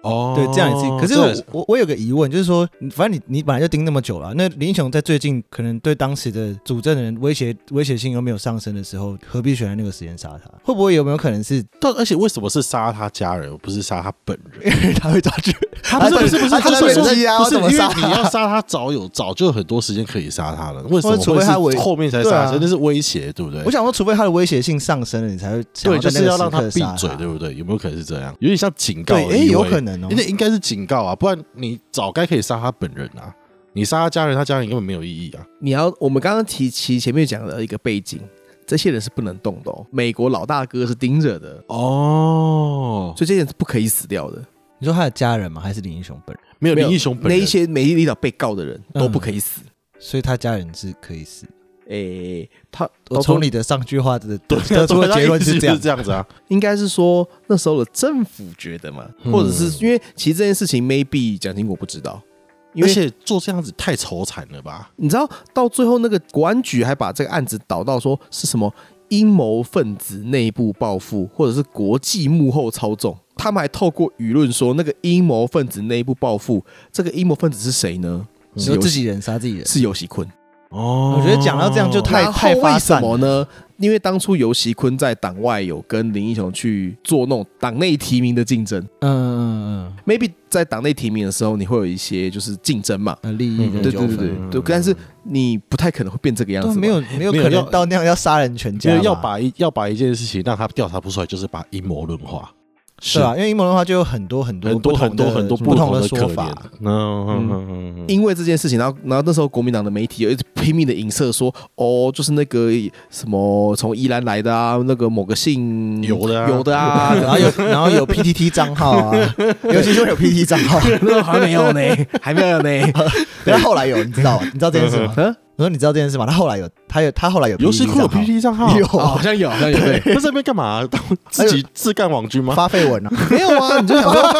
[SPEAKER 3] 哦，
[SPEAKER 1] 对，这样也是。可
[SPEAKER 3] 这样也
[SPEAKER 1] 是我我我有个疑问，就是说，反正你你本来就盯那么久了，那林雄在最近可能对当时的主政的人威胁威胁性又没有上升的时候，何必选在那个时间杀他？会不会有没有可能是
[SPEAKER 3] 但而且为什么是杀他家人，而不是杀他本人？
[SPEAKER 1] 因为他会抓 去？
[SPEAKER 3] 他
[SPEAKER 1] 啊不是不是不是他在
[SPEAKER 3] 不
[SPEAKER 1] 北
[SPEAKER 3] 是
[SPEAKER 1] 京啊我怎么
[SPEAKER 3] 因为
[SPEAKER 1] 杀
[SPEAKER 3] 你
[SPEAKER 1] 他
[SPEAKER 3] 要杀他，早有早就有很多时间可以杀他 了，为什
[SPEAKER 1] 或
[SPEAKER 3] 么
[SPEAKER 1] 者除非他
[SPEAKER 3] 会
[SPEAKER 1] 为
[SPEAKER 3] 是后面才
[SPEAKER 1] 对啊
[SPEAKER 3] 杀？所以那是威胁，对不对
[SPEAKER 1] 我？想说，除非他的威胁性上升了，你才会想
[SPEAKER 3] 对，就
[SPEAKER 1] 在那
[SPEAKER 3] 是
[SPEAKER 1] 个
[SPEAKER 3] 要让他
[SPEAKER 1] 时刻
[SPEAKER 3] 闭
[SPEAKER 1] 杀
[SPEAKER 3] 嘴，对不对？有没有可能是这样？有点像警告
[SPEAKER 1] 对
[SPEAKER 3] 的意，味，
[SPEAKER 1] 哎，有可能哦
[SPEAKER 3] 因。为应该是警告啊，不然你早该可以杀他本人啊。你杀他家人，他家人根本没有意义啊。
[SPEAKER 2] 你要我们刚刚提其前面讲的一个背景，这些人是不能动的哦。美国老大哥是盯着的，
[SPEAKER 3] 哦，
[SPEAKER 2] 所以这些人是不可以死掉的。
[SPEAKER 1] 你说他的家人吗？还是林英雄本人？
[SPEAKER 3] 没有
[SPEAKER 2] 没有
[SPEAKER 3] 林义雄本
[SPEAKER 2] 那
[SPEAKER 3] 人，
[SPEAKER 2] 一些美丽岛被告的人
[SPEAKER 1] 嗯
[SPEAKER 2] 都不可以死。
[SPEAKER 1] 所以他家人是可以死。
[SPEAKER 2] 诶、他呃
[SPEAKER 1] 我从你的上句话 的
[SPEAKER 3] 对啊
[SPEAKER 1] 得出
[SPEAKER 3] 对
[SPEAKER 1] 的
[SPEAKER 3] 啊
[SPEAKER 1] 结论
[SPEAKER 3] 意思
[SPEAKER 1] 是这
[SPEAKER 3] 就是
[SPEAKER 1] 样。
[SPEAKER 3] 这样子啊。
[SPEAKER 2] 应该是说那时候的政府觉得嘛，
[SPEAKER 3] 嗯
[SPEAKER 2] 或者是因为其实这件事情 maybe 蒋经国不知道，因
[SPEAKER 3] 而
[SPEAKER 2] 为
[SPEAKER 3] 且做这样子太愁惨了吧？
[SPEAKER 2] 你知道到最后那个国安局还把这个案子导到说是什么阴谋分子内部报复，或者是国际幕后操纵。他们还透过舆论说，那个阴谋分子内部报复，这个阴谋分子是谁呢？
[SPEAKER 1] 你
[SPEAKER 2] 是
[SPEAKER 1] 说嗯
[SPEAKER 2] 游
[SPEAKER 1] 自
[SPEAKER 2] 戏
[SPEAKER 1] 己人杀自己人，
[SPEAKER 2] 是游戏坤。
[SPEAKER 3] 哦
[SPEAKER 1] 我觉得讲到这样就啊太
[SPEAKER 2] 哦然后
[SPEAKER 1] 太发
[SPEAKER 2] 为什
[SPEAKER 1] 散
[SPEAKER 2] 么呢？因为当初游戏坤在党外有跟林英雄去做那种党内提名的竞争
[SPEAKER 1] 嗯嗯嗯
[SPEAKER 2] ，maybe 在党内提名的时候，你会有一些就是竞争嘛，
[SPEAKER 1] 嗯，利益
[SPEAKER 3] 嗯
[SPEAKER 1] 跟
[SPEAKER 2] 对
[SPEAKER 1] 纠
[SPEAKER 2] 对
[SPEAKER 1] 纷
[SPEAKER 2] 对对
[SPEAKER 1] 嘛
[SPEAKER 2] 对，但是你不太可能会变这个样
[SPEAKER 1] 都
[SPEAKER 2] 子嘛，
[SPEAKER 1] 没有啊没有
[SPEAKER 3] 没有
[SPEAKER 1] 可能
[SPEAKER 3] 要
[SPEAKER 1] 到那样要杀人全
[SPEAKER 3] 就
[SPEAKER 1] 家
[SPEAKER 3] 是
[SPEAKER 1] 吧，
[SPEAKER 3] 要把一要把一件事情让他调查不出来，就是把阴谋论化，
[SPEAKER 1] 是啊，因为阴谋论的话就有很多很多
[SPEAKER 3] 很多
[SPEAKER 1] 不同
[SPEAKER 3] 很多
[SPEAKER 1] 的
[SPEAKER 3] 很多
[SPEAKER 1] 不同
[SPEAKER 3] 的
[SPEAKER 1] 说
[SPEAKER 3] 可
[SPEAKER 1] 法
[SPEAKER 3] 怜。嗯嗯嗯嗯，
[SPEAKER 2] 因为这件事情，然后然后那时候国民党的媒体有一直拼命的影射说，哦，就是那个什么从宜兰来的啊，那个某个姓
[SPEAKER 3] 有的啊
[SPEAKER 2] 有的啊，
[SPEAKER 1] 啊， 然后有然后有 PTT 账号啊，尤其是有 PTT 账号，
[SPEAKER 2] 那个 还没有呢，还没 有呢，
[SPEAKER 1] 但他后来有，你知道吗？你知道这件事吗？
[SPEAKER 2] 嗯，
[SPEAKER 1] 我说你知道这件事吗？他后来有，他有他后来有
[SPEAKER 3] 游戏库有
[SPEAKER 1] PTT
[SPEAKER 3] PPT 账号，
[SPEAKER 1] 有啊 哎
[SPEAKER 2] 哦好像有，好像有对。
[SPEAKER 3] 他这边干嘛？当自己自干网军吗？
[SPEAKER 1] 发绯闻啊，
[SPEAKER 2] 没有啊，你就想说，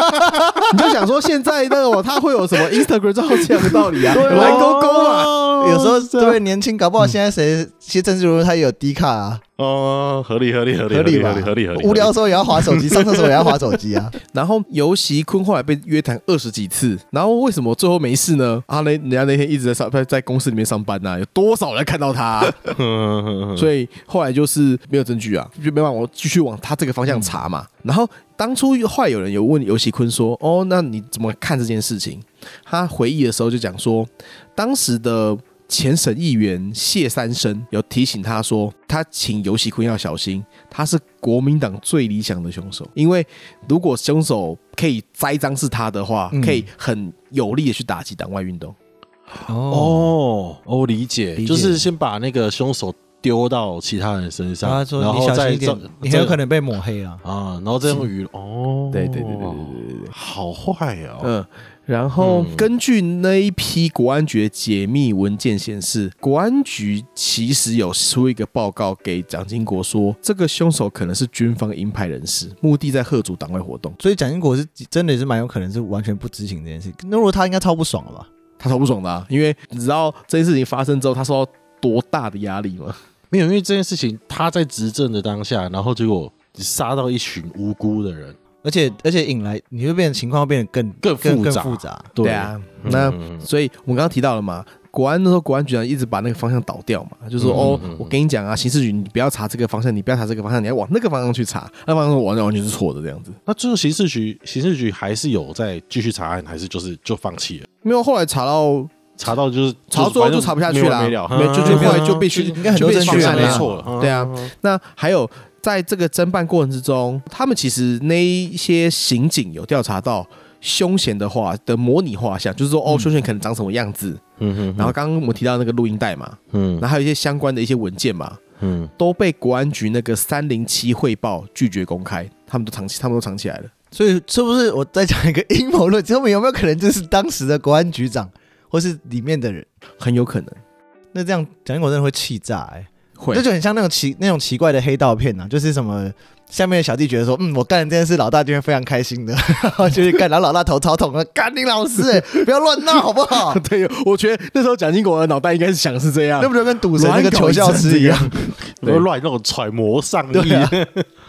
[SPEAKER 2] 你就想说现在那种他会有什么 Instagram 账号这样的道理啊？
[SPEAKER 1] 对
[SPEAKER 2] 蓝勾勾啊，
[SPEAKER 3] 啊
[SPEAKER 1] 有时候对年轻，搞不好现在谁些政治人物他也有 D 卡啊，
[SPEAKER 3] 哦，合理合理合理
[SPEAKER 1] 合理吧
[SPEAKER 3] 合理合理合理，
[SPEAKER 1] 无 聊的时候也要划手机，上厕所也要划手机啊。
[SPEAKER 2] 然后尤其坤后来被约谈二十几次，然后为什么最后没事呢？啊，那人家那天一直在上在在公司里面上班啊呐、有多少人看到他啊、
[SPEAKER 3] 嗯，所以
[SPEAKER 2] 所以后来就是没有证据啊，就没办法，我继续往他这个方向查嘛。然后当初后来有人有问尤其坤说：“哦，那你怎么看这件事情？”他回忆的时候就讲说，当时的前省议员谢三生有提醒他说，他请尤其坤要小心，他是国民党最理想的凶手，因为如果凶手可以栽赃是他的话，
[SPEAKER 1] 嗯
[SPEAKER 2] 可以很有力的去打击党外运动。
[SPEAKER 3] 哦，我理解
[SPEAKER 1] 理，解
[SPEAKER 3] 就是先把那个凶手丢到其他人身上，
[SPEAKER 1] 他说
[SPEAKER 3] 然
[SPEAKER 1] 你小
[SPEAKER 3] 后
[SPEAKER 1] 心
[SPEAKER 3] 再
[SPEAKER 1] 一点
[SPEAKER 3] 再，
[SPEAKER 1] 你很有
[SPEAKER 3] 再
[SPEAKER 1] 可能被抹黑啊。
[SPEAKER 3] 啊，然后再用鱼哦，
[SPEAKER 2] 对对对对对对对对。
[SPEAKER 3] 好坏
[SPEAKER 1] 呃
[SPEAKER 3] 哦，
[SPEAKER 2] 嗯，然后
[SPEAKER 3] 嗯
[SPEAKER 2] 根据那一批国安局的解密文件显示，国安局其实有出一个报告给蒋经国说，这个凶手可能是军方鹰派人士，目的在贺阻党外活动。
[SPEAKER 1] 所以蒋经国是真的也是蛮有可能是完全不知情这件事，那如果他应该超不爽了吧？
[SPEAKER 2] 他超不爽的、啊，因为你知道这件事情发生之后，他受到多大的压力吗？
[SPEAKER 3] 没有，因为这件事情他在执政的当下，然后结果杀到一群无辜的人，
[SPEAKER 1] 而且而且引来你会变情况会变得更
[SPEAKER 3] 更
[SPEAKER 1] 更
[SPEAKER 3] 复
[SPEAKER 1] 更
[SPEAKER 3] 杂
[SPEAKER 1] 复杂。
[SPEAKER 2] 对啊，那
[SPEAKER 3] 嗯
[SPEAKER 2] 所以我们刚刚提到了嘛，国安那时候国安局长一直把那个方向倒掉嘛，就说、
[SPEAKER 3] 嗯
[SPEAKER 2] 哦
[SPEAKER 3] 嗯嗯，
[SPEAKER 2] 我跟你讲啊，刑事局你不要查这个方向，你不要查这个方向，你要往那个方向去查，那方向完完全是错的这样子。
[SPEAKER 3] 那最后刑事局刑事局还是有在继续查案，还是就是就放弃了？
[SPEAKER 2] 没有，后来查到
[SPEAKER 3] 查到就是
[SPEAKER 2] 查到最后就查不下去
[SPEAKER 3] 没
[SPEAKER 2] 啦，
[SPEAKER 3] 完
[SPEAKER 2] 没
[SPEAKER 3] 没了，
[SPEAKER 2] 有就就
[SPEAKER 1] 嗯
[SPEAKER 2] 后来就被去
[SPEAKER 1] 应该很多
[SPEAKER 2] 就被
[SPEAKER 1] 证
[SPEAKER 2] 去
[SPEAKER 1] 据
[SPEAKER 2] 案
[SPEAKER 1] 啊
[SPEAKER 2] 了
[SPEAKER 3] 没
[SPEAKER 2] 呀。
[SPEAKER 3] 错了，
[SPEAKER 2] 对啊，那还有在这个侦办过程之中，他们其实那一些刑警有调查到凶嫌的话的模拟画像，就是说哦，凶嫌可能长什么样子。
[SPEAKER 3] 嗯哼，
[SPEAKER 2] 然后刚刚我们提到那个录音带嘛，
[SPEAKER 3] 嗯
[SPEAKER 2] 然后还有一些相关的一些文件嘛，
[SPEAKER 3] 嗯，
[SPEAKER 2] 都被国安局那个三零七汇报拒绝公开，他们都藏起，他们都藏起来了。
[SPEAKER 1] 所以是不是我再讲一个阴谋论？他们有没有可能就是当时的国安局长或是里面的人？
[SPEAKER 2] 很有可能
[SPEAKER 1] 那这样蒋经国真的会气炸哎、
[SPEAKER 2] 会
[SPEAKER 1] 这就很像那种奇那种奇怪的黑道片啊，就是什么下面的小弟觉得说，嗯，我干了这件事，老大就会非常开心的， 然后就去干，然后老大头超痛了，干你老师、欸，不要乱闹好不好？
[SPEAKER 2] 对，我觉得那时候蒋经国的脑袋应该是想是这样
[SPEAKER 1] 那，不就跟赌神那个求教师一样？
[SPEAKER 3] 不要乱那种揣摩上意，
[SPEAKER 1] 对啊，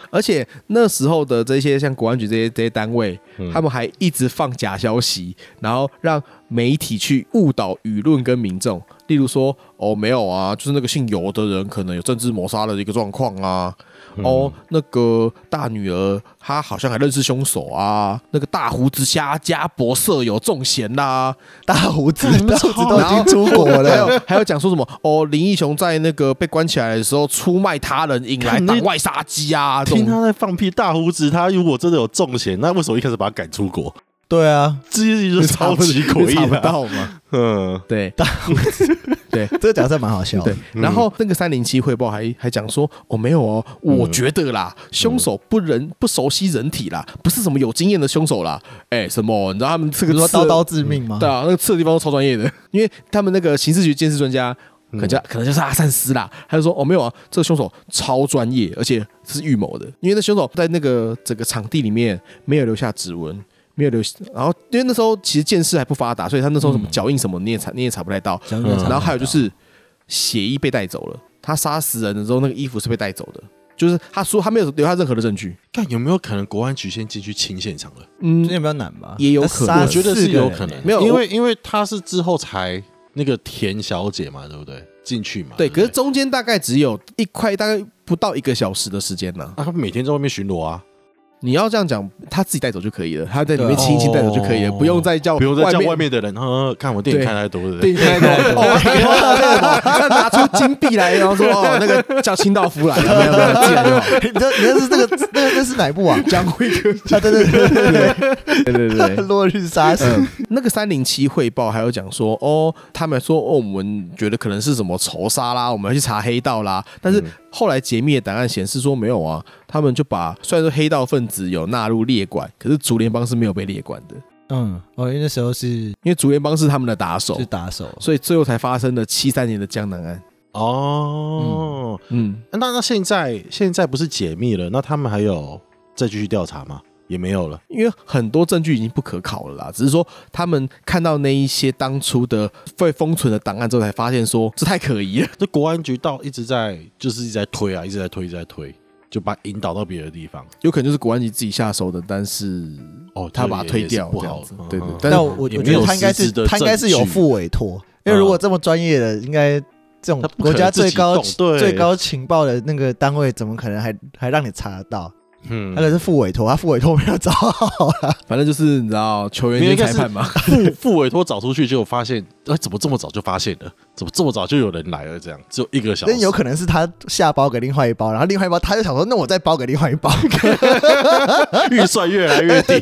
[SPEAKER 2] 而且那时候的这些像国安局这些这些单位，
[SPEAKER 3] 嗯
[SPEAKER 2] 他们还一直放假消息，然后让媒体去误导舆论跟民众。例如说，哦，没有啊，就是那个姓尤的人可能有政治谋杀的一个状况啊。哦，那个大女儿她好像还认识凶手啊。那个大胡子虾家博舍友重嫌啦、
[SPEAKER 1] 大胡子，
[SPEAKER 3] 干你
[SPEAKER 1] 大
[SPEAKER 3] 们
[SPEAKER 1] 胡 子
[SPEAKER 3] 操
[SPEAKER 1] 都已经出国
[SPEAKER 2] 还
[SPEAKER 1] 了，
[SPEAKER 2] 有还有讲说什么哦，林义雄在那个被关起来的时候出卖他人，引来
[SPEAKER 3] 看那
[SPEAKER 2] 党外杀机啊，这种
[SPEAKER 3] 听他在放屁大胡子，他如果真的有中邪，那为什么一开始把他赶 出国？
[SPEAKER 1] 对啊，
[SPEAKER 3] 这件事情就超级诡
[SPEAKER 2] 查
[SPEAKER 3] 异
[SPEAKER 2] 不
[SPEAKER 3] 的啊，
[SPEAKER 2] 到嘛。
[SPEAKER 3] 嗯，
[SPEAKER 2] 对
[SPEAKER 1] 这个角色蛮好笑
[SPEAKER 2] 对
[SPEAKER 1] 的。，
[SPEAKER 2] 嗯然后那个三零七汇报还还讲说，哦没有哦，
[SPEAKER 3] 嗯
[SPEAKER 2] 我觉得啦，凶手不人不熟悉人体啦，不是什么有经验的凶手啦，哎什么，你知道他们这
[SPEAKER 1] 比
[SPEAKER 2] 个
[SPEAKER 1] 如说
[SPEAKER 2] 刺的
[SPEAKER 1] 刀刀致命吗？
[SPEAKER 2] 对啊，那个刺的地方都超专业的， 因为他们那个刑事局监视专家。可能叫可能就是阿善斯啦，他就说哦没有啊，这个凶手超专业，而且是预谋的，因为那凶手在那个整个场地里面没有留下指纹，没有留下，然后因为那时候其实见识还不发达，所以他那时候什么脚印什么你也查你嗯也查不太到，
[SPEAKER 1] 蒋经国
[SPEAKER 2] 然后还有就是血衣被带走了，他杀死人的时候那个衣服是被带走的，就是他说他没有留下任何的证据，
[SPEAKER 3] 看有没有可能国安局先进去清现场了？
[SPEAKER 1] 这
[SPEAKER 2] 嗯，
[SPEAKER 1] 也比较难吧？
[SPEAKER 2] 也有可能
[SPEAKER 1] 杀
[SPEAKER 3] 我觉得
[SPEAKER 1] 四
[SPEAKER 3] 是
[SPEAKER 1] 个人
[SPEAKER 3] 有可能，
[SPEAKER 2] 没有
[SPEAKER 3] 因
[SPEAKER 2] 我
[SPEAKER 3] 为因为他是之后才那个田小姐嘛，对不对？进去嘛，
[SPEAKER 2] 对，
[SPEAKER 3] 不
[SPEAKER 2] 可是中间大概只有一块大概不到一个小时的时间呢、
[SPEAKER 3] 啊，他每天在外面巡逻啊，
[SPEAKER 2] 你要这样讲，他自己带走就可以了，他在里面轻轻带走就可以了，
[SPEAKER 3] 哦
[SPEAKER 2] 不用再叫
[SPEAKER 3] 不用再叫外
[SPEAKER 2] 面。
[SPEAKER 3] 面的人，呵呵看我电影看太多了，
[SPEAKER 2] 对，那个哦，那拿出金币来，然后说哦，那个叫清道夫来，没有没有，进 来就好。
[SPEAKER 1] 你这你这是那个那个那是哪一部 啊？
[SPEAKER 2] 江辉哥，
[SPEAKER 1] 啊，对对对对
[SPEAKER 2] 对对对
[SPEAKER 1] 对，落日杀手。
[SPEAKER 2] 那个三零七汇报还有讲说，哦，他们说哦，我们觉得可能是什么仇杀啦，我们要去查黑道啦。但是后来解密的档案显示说没有啊，他们就把虽然说黑道分子有纳入列管，可是竹联帮是没有被列管的，
[SPEAKER 1] 嗯，哦，因为那时候是
[SPEAKER 2] 因为竹联帮是他们的打手
[SPEAKER 1] 是，打手，
[SPEAKER 2] 所以最后才发生了七三年的江南案。
[SPEAKER 3] 哦，
[SPEAKER 2] 嗯，
[SPEAKER 3] 那那现在现在不是解密了，那他们还有再继续调查吗？也没有了，
[SPEAKER 2] 因为很多证据已经不可考了啦，只是说他们看到那一些当初的被封存的档案之后，才发现说这太可疑了。
[SPEAKER 3] 这国安局到一直在就是一直在推啊，一直在推，一直在推，就把引导到别的地方。
[SPEAKER 2] 有可能就是国安局自己下手的，但是
[SPEAKER 3] 哦，
[SPEAKER 2] 他把它推掉，
[SPEAKER 3] 不
[SPEAKER 2] 这样
[SPEAKER 3] 好
[SPEAKER 2] 子，对对
[SPEAKER 3] 嗯。
[SPEAKER 2] 但
[SPEAKER 1] 但
[SPEAKER 2] 是
[SPEAKER 1] 我我
[SPEAKER 3] 也
[SPEAKER 1] 觉
[SPEAKER 3] 没有
[SPEAKER 1] 得他应该
[SPEAKER 3] 实质
[SPEAKER 1] 是
[SPEAKER 3] 的
[SPEAKER 1] 他应该是有
[SPEAKER 3] 证据嗯
[SPEAKER 1] 副委托，因为如果这么专业的，应该这种
[SPEAKER 3] 他不
[SPEAKER 1] 国
[SPEAKER 3] 可能
[SPEAKER 1] 家最高
[SPEAKER 3] 自己动对
[SPEAKER 1] 最高情报的那个单位，怎么可能还还让你查得到？
[SPEAKER 3] 嗯
[SPEAKER 1] 他可是副委托，他副委托没有找 好啊，
[SPEAKER 2] 反正就是你知道球员
[SPEAKER 3] 没有
[SPEAKER 2] 兼
[SPEAKER 3] 应该
[SPEAKER 2] 裁
[SPEAKER 3] 是
[SPEAKER 2] 判嘛，
[SPEAKER 3] 副副委托找出去，结果发现，哎、怎么这么早就发现了？怎么这么早就有人来了？这样只有一个小时，
[SPEAKER 1] 但有可能是他下包给另外一包，然后另外一包他就想说，那我再包给另外一 包，
[SPEAKER 3] 预算越来越低。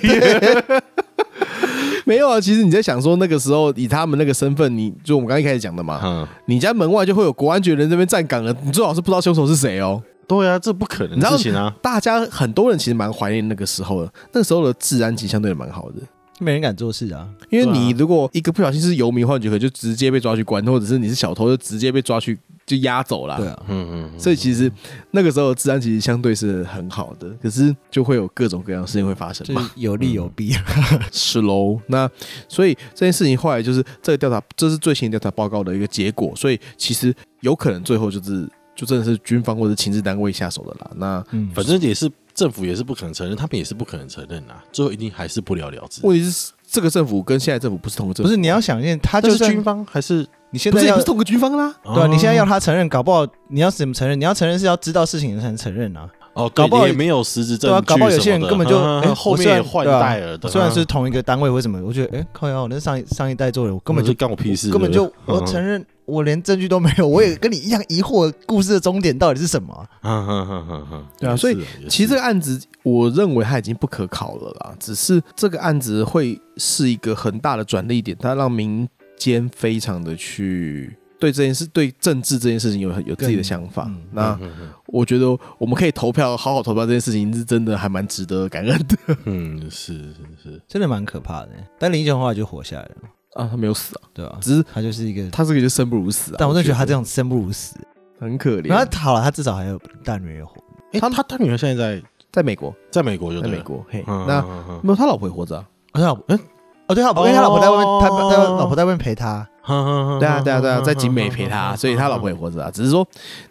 [SPEAKER 2] 没有啊。其实你在想说那个时候以他们那个身份，你就我们刚刚一开始讲的嘛，
[SPEAKER 3] 嗯，
[SPEAKER 2] 你家门外就会有国安局的人这边站岗了，你最好是不知道凶手是谁哦。
[SPEAKER 3] 对啊，这不可能
[SPEAKER 2] 你知
[SPEAKER 3] 的
[SPEAKER 2] 道
[SPEAKER 3] 事情啊！
[SPEAKER 2] 大家很多人其实蛮怀念那个时候的，那个时候的治安其实相对蛮好的。
[SPEAKER 1] 没人敢做事啊。
[SPEAKER 2] 因为你
[SPEAKER 3] 对啊
[SPEAKER 2] 如果一个不小心是游民幻觉，可能就直接被抓去关，或者是你是小偷就直接被抓去就押走啦。
[SPEAKER 1] 对啊，
[SPEAKER 3] 嗯嗯，
[SPEAKER 2] 所以其实那个时候的治安其实相对是很好的，可是就会有各种各样的事情会发生
[SPEAKER 1] 就
[SPEAKER 2] 嘛。
[SPEAKER 1] 是有利有弊。
[SPEAKER 2] 是喽。 那所以这件事情后来就是这个调查，这是最新调查报告的一个结果，所以其实有可能最后就是就真的是军方或者情治单位下手的啦。那
[SPEAKER 1] 嗯，
[SPEAKER 3] 反正也是政府也是不可能承认，他们也是不可能承认啊，最后一定还是不了了之。
[SPEAKER 2] 问题是，这个政府跟现在政府不是同个政
[SPEAKER 1] 不
[SPEAKER 2] 府，
[SPEAKER 1] 是你要想念他就
[SPEAKER 3] 他就是
[SPEAKER 1] 算
[SPEAKER 3] 军方还是
[SPEAKER 1] 你现
[SPEAKER 2] 不
[SPEAKER 1] 在
[SPEAKER 2] 是也
[SPEAKER 1] 要
[SPEAKER 2] 不是同个军方啦。
[SPEAKER 1] 对啊，你现在要
[SPEAKER 3] 哦
[SPEAKER 1] 他承认，搞不好你要怎么承认？你要承认是要知道事情才能承认啊。
[SPEAKER 3] 哦，搞不
[SPEAKER 1] 对
[SPEAKER 3] 好
[SPEAKER 1] 你
[SPEAKER 3] 也没有实质证
[SPEAKER 1] 对啊，
[SPEAKER 3] 据
[SPEAKER 1] 搞不好有些
[SPEAKER 3] 什
[SPEAKER 1] 人
[SPEAKER 3] 么的
[SPEAKER 1] 根本就
[SPEAKER 3] 啊
[SPEAKER 1] 哎，
[SPEAKER 3] 后
[SPEAKER 1] 我
[SPEAKER 3] 面
[SPEAKER 1] 虽
[SPEAKER 3] 也
[SPEAKER 1] 然
[SPEAKER 3] 换
[SPEAKER 1] 对啊
[SPEAKER 3] 代了的，
[SPEAKER 1] 虽然是同一个单位，为什么？我觉得哎，靠腰，那上一上一代做的，我根本就
[SPEAKER 3] 那干我屁事，嗯
[SPEAKER 1] 根本就
[SPEAKER 3] 对
[SPEAKER 1] 我
[SPEAKER 3] 不对
[SPEAKER 1] 承认，我连证据都没有，我也跟你一样疑惑故事的终点到底是什么啊。
[SPEAKER 3] 嗯哼哼哼哼，
[SPEAKER 2] 对啊
[SPEAKER 3] 也是
[SPEAKER 2] 所以
[SPEAKER 3] 也是
[SPEAKER 2] 其实这个案子，我认为它已经不可考了啦。只是这个案子会是一个很大的转捩点，它让民间非常的去对这件事、对政治这件事情有有自己的想法。
[SPEAKER 1] 嗯
[SPEAKER 2] 那
[SPEAKER 3] 嗯哼
[SPEAKER 2] 我觉得我们可以投票，好好投票这件事情是真的还蛮值得感恩的
[SPEAKER 3] 哼嗯是是是，
[SPEAKER 1] 真的蛮可怕的。但林琼后来就活下来了，
[SPEAKER 2] 啊。他没有死啊，
[SPEAKER 1] 对吧、
[SPEAKER 2] 只是
[SPEAKER 1] 他就是一个，
[SPEAKER 2] 他这个就生不如死啊。
[SPEAKER 1] 但我真的觉得他这
[SPEAKER 2] 样
[SPEAKER 1] 种生不如死。
[SPEAKER 2] 很可怜。
[SPEAKER 1] 然后他好了，他至少还有大女儿活。
[SPEAKER 3] 哎，他他他女儿现在在
[SPEAKER 2] 在美国，
[SPEAKER 3] 在美国就
[SPEAKER 2] 在
[SPEAKER 3] 对
[SPEAKER 2] 美
[SPEAKER 3] 了，
[SPEAKER 2] 国，嘿，
[SPEAKER 3] 嗯
[SPEAKER 2] 那
[SPEAKER 3] 嗯嗯
[SPEAKER 2] 没有他老婆也活着啊。
[SPEAKER 1] 哦，对啊，
[SPEAKER 3] 嗯
[SPEAKER 1] 嗯，哦，对啊，因为他老婆在外面，他他
[SPEAKER 3] 哦
[SPEAKER 1] 老婆在外面陪他。
[SPEAKER 3] 嗯
[SPEAKER 2] 对啊，对啊，对啊，在景美陪他，所以他老婆也活着啊。只是说，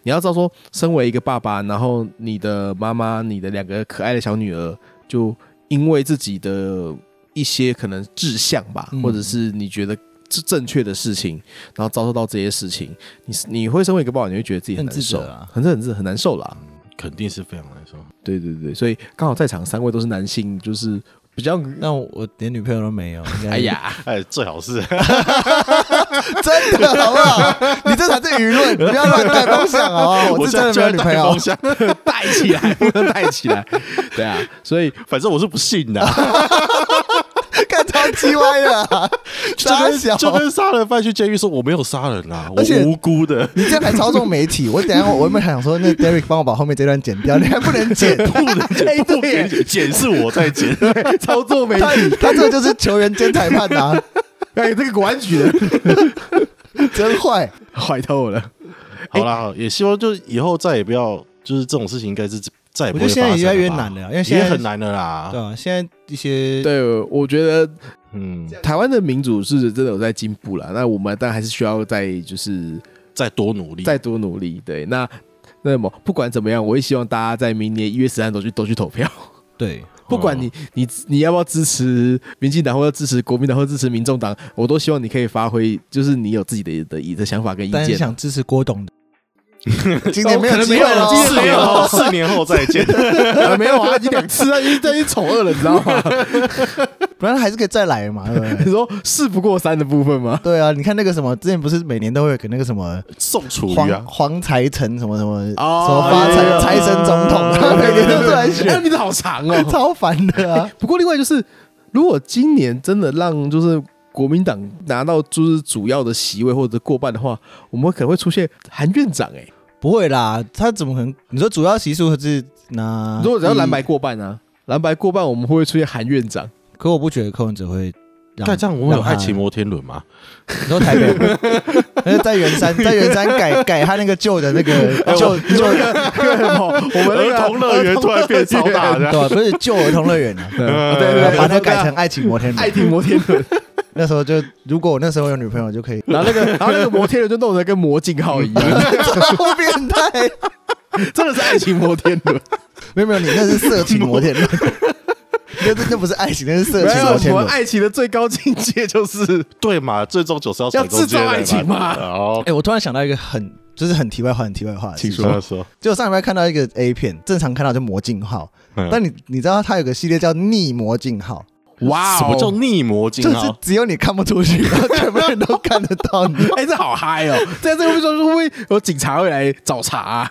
[SPEAKER 2] 你要知道说，身为一个爸爸，然后你的妈妈、你的两个可爱的小女儿，就因为自己的一些可能志向吧，
[SPEAKER 1] 嗯
[SPEAKER 2] 或者是你觉得是正确的事情，然后遭受到这些事情，你是你会身为一个爸爸，你会觉得自己很难受
[SPEAKER 1] 很自责啊，
[SPEAKER 2] 很很很很难受啦。
[SPEAKER 3] 肯定是非常难受。
[SPEAKER 2] 对对对，所以刚好在场三位都是男性，就是比较。
[SPEAKER 1] 那我我连女朋友都没有，应该
[SPEAKER 2] 哎，呀，
[SPEAKER 3] 哎，最好是
[SPEAKER 1] 真的好不好？你这才是舆论，你不要乱带风向啊！我是真的没有女朋友，
[SPEAKER 2] 带起来，不能带起来，对啊，所以
[SPEAKER 3] 反正我是不信的啊，
[SPEAKER 1] 看超鸡歪的啊，
[SPEAKER 3] 就
[SPEAKER 1] 傻
[SPEAKER 3] 跟
[SPEAKER 1] 小
[SPEAKER 3] 就跟杀人犯去监狱说我没有杀人啦，我
[SPEAKER 1] 而且
[SPEAKER 3] 无辜 的，
[SPEAKER 1] 你这样还操纵媒体，我等一下我原本想说，那 Derek 帮我把后面这段剪掉，你还不能剪，
[SPEAKER 3] 不能
[SPEAKER 1] 哎
[SPEAKER 3] 剪，不
[SPEAKER 1] 对耶
[SPEAKER 3] 能剪，剪是我在剪，
[SPEAKER 2] 操作媒
[SPEAKER 1] 他他这就是球员兼裁判啊呐、
[SPEAKER 2] 哎，这个国安局的
[SPEAKER 1] 真 坏。
[SPEAKER 2] 坏透了。
[SPEAKER 3] 好啦，好也希望就是以后再也不要，就是这种事情应该是再也
[SPEAKER 1] 我
[SPEAKER 3] 不
[SPEAKER 1] 觉得现
[SPEAKER 3] 会发生了吧。
[SPEAKER 1] 在越来越难了，因为现
[SPEAKER 3] 也
[SPEAKER 1] 在
[SPEAKER 3] 很，难的啦
[SPEAKER 1] 对。啊，现在一些
[SPEAKER 2] 对，我觉得
[SPEAKER 3] 嗯，
[SPEAKER 2] 台湾的民主是真的有在进步了。那我们但还是需要再就是
[SPEAKER 3] 再多努力，
[SPEAKER 2] 再多努力。对，那那么不管怎么样，我也希望大家在明年一月十三都去都去投
[SPEAKER 1] 哦
[SPEAKER 2] 票。
[SPEAKER 1] 对
[SPEAKER 2] 不管你你你要不要支持民进党，或者支持国民党，或者支持民众党，我都希望你可以发挥，就是你有自己的的你的想法跟意
[SPEAKER 1] 但是
[SPEAKER 2] 见。
[SPEAKER 1] 想支持郭董的，今年没有机会了
[SPEAKER 2] 哦可能没
[SPEAKER 1] 哦。
[SPEAKER 2] 有
[SPEAKER 3] 四年后，啊四年后再见。
[SPEAKER 2] 啊没有啊，你两次啊，你已经丑恶了，你知 道吗？
[SPEAKER 1] 不然还是可以再来嘛，对不
[SPEAKER 2] 你
[SPEAKER 1] 对？
[SPEAKER 2] 说事不过三的部分吗？
[SPEAKER 1] 对啊，你看那个什么，之前不是每年都会有个那个什么
[SPEAKER 3] 宋楚
[SPEAKER 1] 黄
[SPEAKER 3] 瑜啊，
[SPEAKER 1] 黄财神什么什么，什
[SPEAKER 2] 哦
[SPEAKER 1] 么发财
[SPEAKER 2] 有
[SPEAKER 1] 财神总统， 他每年都出来
[SPEAKER 2] 哎
[SPEAKER 1] 选，
[SPEAKER 2] 名字好长哦。
[SPEAKER 1] 超烦的 啊。
[SPEAKER 2] 不过另外就是，如果今年真的让就是国民党拿到就是主要的席位或者过半的话，我们可能会出现韩院长哎、
[SPEAKER 1] 不会啦，他怎么可能？你说主要习俗是那
[SPEAKER 2] 如果只要蓝白
[SPEAKER 1] 一，
[SPEAKER 2] 过半啊，蓝白过半，我们会不会出现韩院长？
[SPEAKER 1] 可我不觉得柯文哲会让。
[SPEAKER 3] 但这样我会有
[SPEAKER 1] 让他
[SPEAKER 3] 爱情摩天轮吗？
[SPEAKER 1] 你说台北 吗，那在圆山，在圆山 改改他那个旧的那个
[SPEAKER 2] 哎
[SPEAKER 1] 旧旧
[SPEAKER 2] 那个那个什么，我们那个
[SPEAKER 3] 儿童乐园突然变超大
[SPEAKER 1] 对
[SPEAKER 3] 的，
[SPEAKER 1] 吧？不是旧啊儿童乐园啊，
[SPEAKER 2] 对
[SPEAKER 3] 对
[SPEAKER 2] 对哎对，
[SPEAKER 1] 把它改成爱情摩天
[SPEAKER 2] 爱
[SPEAKER 1] 轮。
[SPEAKER 2] 情摩天轮，
[SPEAKER 1] 那时候就，如果我那时候有女朋友，就 可以
[SPEAKER 2] 然后那个然后那个摩天轮就弄得跟魔镜号一样，
[SPEAKER 1] 超变态。
[SPEAKER 2] 真的是爱情摩天轮，
[SPEAKER 1] 没有没有，你那是色 情摩天轮，那那那不是爱情，那是色
[SPEAKER 2] 没
[SPEAKER 1] 情
[SPEAKER 2] 有
[SPEAKER 1] 摩天
[SPEAKER 2] 我们
[SPEAKER 1] 轮。
[SPEAKER 2] 爱情的最高境界就是
[SPEAKER 3] 对嘛？最终九十要成功
[SPEAKER 2] 要制造爱情嘛
[SPEAKER 3] 哦，
[SPEAKER 1] 哎，我突然想到一个很就是很题外话、很题外话的事情，
[SPEAKER 3] 说说，
[SPEAKER 1] 就上礼拜看到一个 A 片，正常看到就魔镜号，
[SPEAKER 2] 嗯
[SPEAKER 3] 嗯
[SPEAKER 1] 但你你知道它有个系列叫逆魔镜号，
[SPEAKER 2] 哇哦，
[SPEAKER 3] 什么叫逆魔镜
[SPEAKER 1] 就是
[SPEAKER 3] 啊？
[SPEAKER 1] 只有你看不出去，然后全部人都看得到 你。
[SPEAKER 2] 哎、这好嗨哦！这样这个会说会不会有警察会来找茬、啊？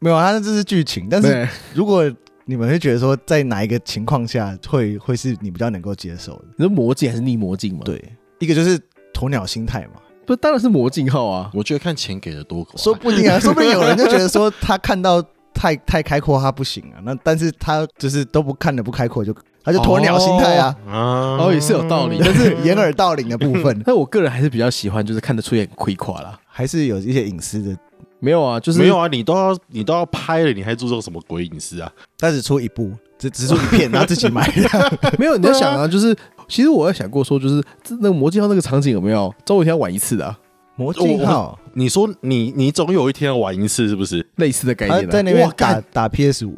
[SPEAKER 1] 没有，啊，它这是剧情，但是，如果你们会觉得说，在哪一个情况下会会是你比较能够接受的？
[SPEAKER 2] 你说魔镜还是逆魔镜吗？，
[SPEAKER 1] 对，一个就是鸵鸟心态嘛，
[SPEAKER 2] 不当然是魔镜号啊。
[SPEAKER 3] 我觉得看钱给的多 寡，
[SPEAKER 1] 说不定啊，说不定有人就觉得说他看到太 太开阔他不行啊，那但是他就是都不看的不开阔就他就鸵鸟心态啊，
[SPEAKER 3] 啊
[SPEAKER 2] 哦，也是有 道理，
[SPEAKER 1] 就
[SPEAKER 2] 但
[SPEAKER 1] 是
[SPEAKER 2] 是，
[SPEAKER 1] 掩耳盗铃的部分
[SPEAKER 2] 但我个人还是比较喜欢，就是看得出也很亏垮啦。
[SPEAKER 1] 还是有一些隐私的。
[SPEAKER 2] 没有啊，就是
[SPEAKER 3] 没有啊，你都要你都要拍了，你还注重什么鬼隐私啊？
[SPEAKER 1] 他只出一部，只只出一片，然后自己买的。
[SPEAKER 2] 没有。你在想啊，就是其实我有想过说，就是这那个魔镜号那个场景有没有周伟天要玩一次的啊、
[SPEAKER 1] 魔镜号
[SPEAKER 3] 你说你你总有一天要玩一次，是不是？
[SPEAKER 2] 类似的概
[SPEAKER 1] 啊，
[SPEAKER 2] 念、啊。
[SPEAKER 1] 在那边
[SPEAKER 3] 哇
[SPEAKER 1] 打
[SPEAKER 3] 干
[SPEAKER 1] 打 PS 五，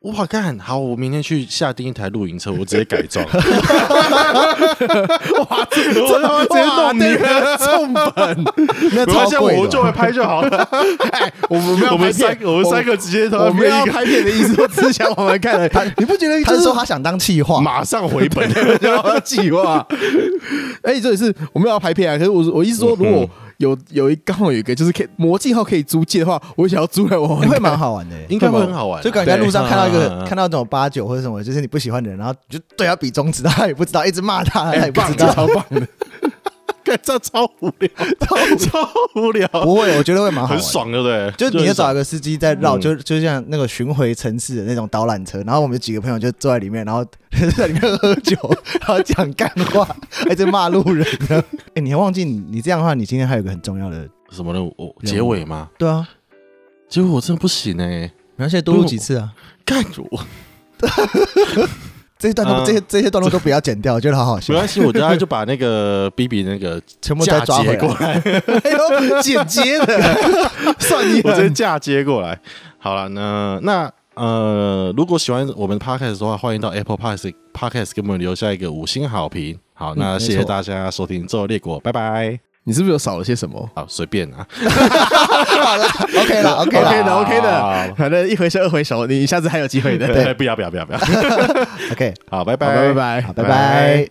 [SPEAKER 3] 哇，干好！我明天去下定一台露营车，我直接改 装。哇，这
[SPEAKER 2] 真的哦吗直接弄你
[SPEAKER 3] 了，重本。
[SPEAKER 2] 那
[SPEAKER 3] 没关
[SPEAKER 2] 超
[SPEAKER 3] 系，
[SPEAKER 2] 贵
[SPEAKER 3] 我
[SPEAKER 2] 的
[SPEAKER 3] 就会拍就 好了。哎，
[SPEAKER 2] 我们没有
[SPEAKER 3] 我
[SPEAKER 2] 拍片
[SPEAKER 3] 们三个，我们三个直接
[SPEAKER 2] 我
[SPEAKER 3] 他
[SPEAKER 2] 没有要拍片的意思，我只是想玩玩看 而已。你不觉得
[SPEAKER 1] 他
[SPEAKER 2] 就是是
[SPEAKER 1] 说他想当气话，
[SPEAKER 3] 马上回本。
[SPEAKER 2] 要计划？哎，这也是我们要拍片啊。可是我我意思说，如果有有一刚好有一个就是可以魔镜号可以租借的话，我想要租来玩玩
[SPEAKER 1] 欸
[SPEAKER 2] 看。
[SPEAKER 1] 会蛮好玩的欸。
[SPEAKER 3] 应该会很好玩啊，
[SPEAKER 1] 就感觉在路上
[SPEAKER 3] 对
[SPEAKER 1] 看到一
[SPEAKER 3] 嗯嗯
[SPEAKER 1] 个
[SPEAKER 3] 嗯
[SPEAKER 1] 看到那种八九或者什么，就是你不喜欢的人，然后你就对他比中指，他也不知道，一直骂他，他也不知
[SPEAKER 2] 这
[SPEAKER 1] 道。
[SPEAKER 2] 超棒 的。
[SPEAKER 3] 干这超无聊，超超无聊，
[SPEAKER 1] 不会，我觉得会蛮好玩
[SPEAKER 3] 很
[SPEAKER 1] 的。
[SPEAKER 3] 爽，对不对？
[SPEAKER 1] 就你
[SPEAKER 3] 很
[SPEAKER 1] 要
[SPEAKER 3] 爽
[SPEAKER 1] 找一个司机在绕，就就像那个巡回城市的那种导览车，然后我们几个朋友就坐在里面，然后在里面喝酒，然后讲干话，还在骂路人呢。哎、你还忘记你你这样的话，你今天还有一个很重要的，
[SPEAKER 3] 什么呢？我结尾吗？
[SPEAKER 1] 对啊，
[SPEAKER 3] 结尾我真的不行哎，
[SPEAKER 1] 你要现在多录几次啊，
[SPEAKER 3] 干我
[SPEAKER 1] 这些段落、
[SPEAKER 3] 嗯
[SPEAKER 1] 这些这些段落都不要剪掉，我觉得好好笑
[SPEAKER 3] 没，关系，我等下就把那个 B B 那个
[SPEAKER 1] 全部再
[SPEAKER 3] 嫁
[SPEAKER 1] 抓回
[SPEAKER 3] 接过
[SPEAKER 1] 来。
[SPEAKER 3] 来，
[SPEAKER 2] 哎呦，剪接的，算你
[SPEAKER 3] 我直接
[SPEAKER 2] 狠。
[SPEAKER 3] 嫁接过来。好了，那那呃，如果喜欢我们的 podcast 的话，欢迎到 Apple Podcast podcast 给我们留下一个五星好评。好，那
[SPEAKER 1] 嗯没
[SPEAKER 3] 谢谢
[SPEAKER 1] 错
[SPEAKER 3] 大家收听《最后列国》，拜拜。
[SPEAKER 2] 你是不是有少了些什么
[SPEAKER 3] 好，随便啊。
[SPEAKER 1] OK 了，OK
[SPEAKER 3] 啦
[SPEAKER 1] 了
[SPEAKER 2] ？OK 的，OK
[SPEAKER 3] 好
[SPEAKER 2] 的，反正一回生二回熟， 你下次还有机会的。
[SPEAKER 1] 对
[SPEAKER 3] 不要不要不要不要。
[SPEAKER 1] ，OK，
[SPEAKER 3] 好，拜
[SPEAKER 2] 好，
[SPEAKER 3] 拜
[SPEAKER 2] 拜拜，
[SPEAKER 1] 好，拜拜。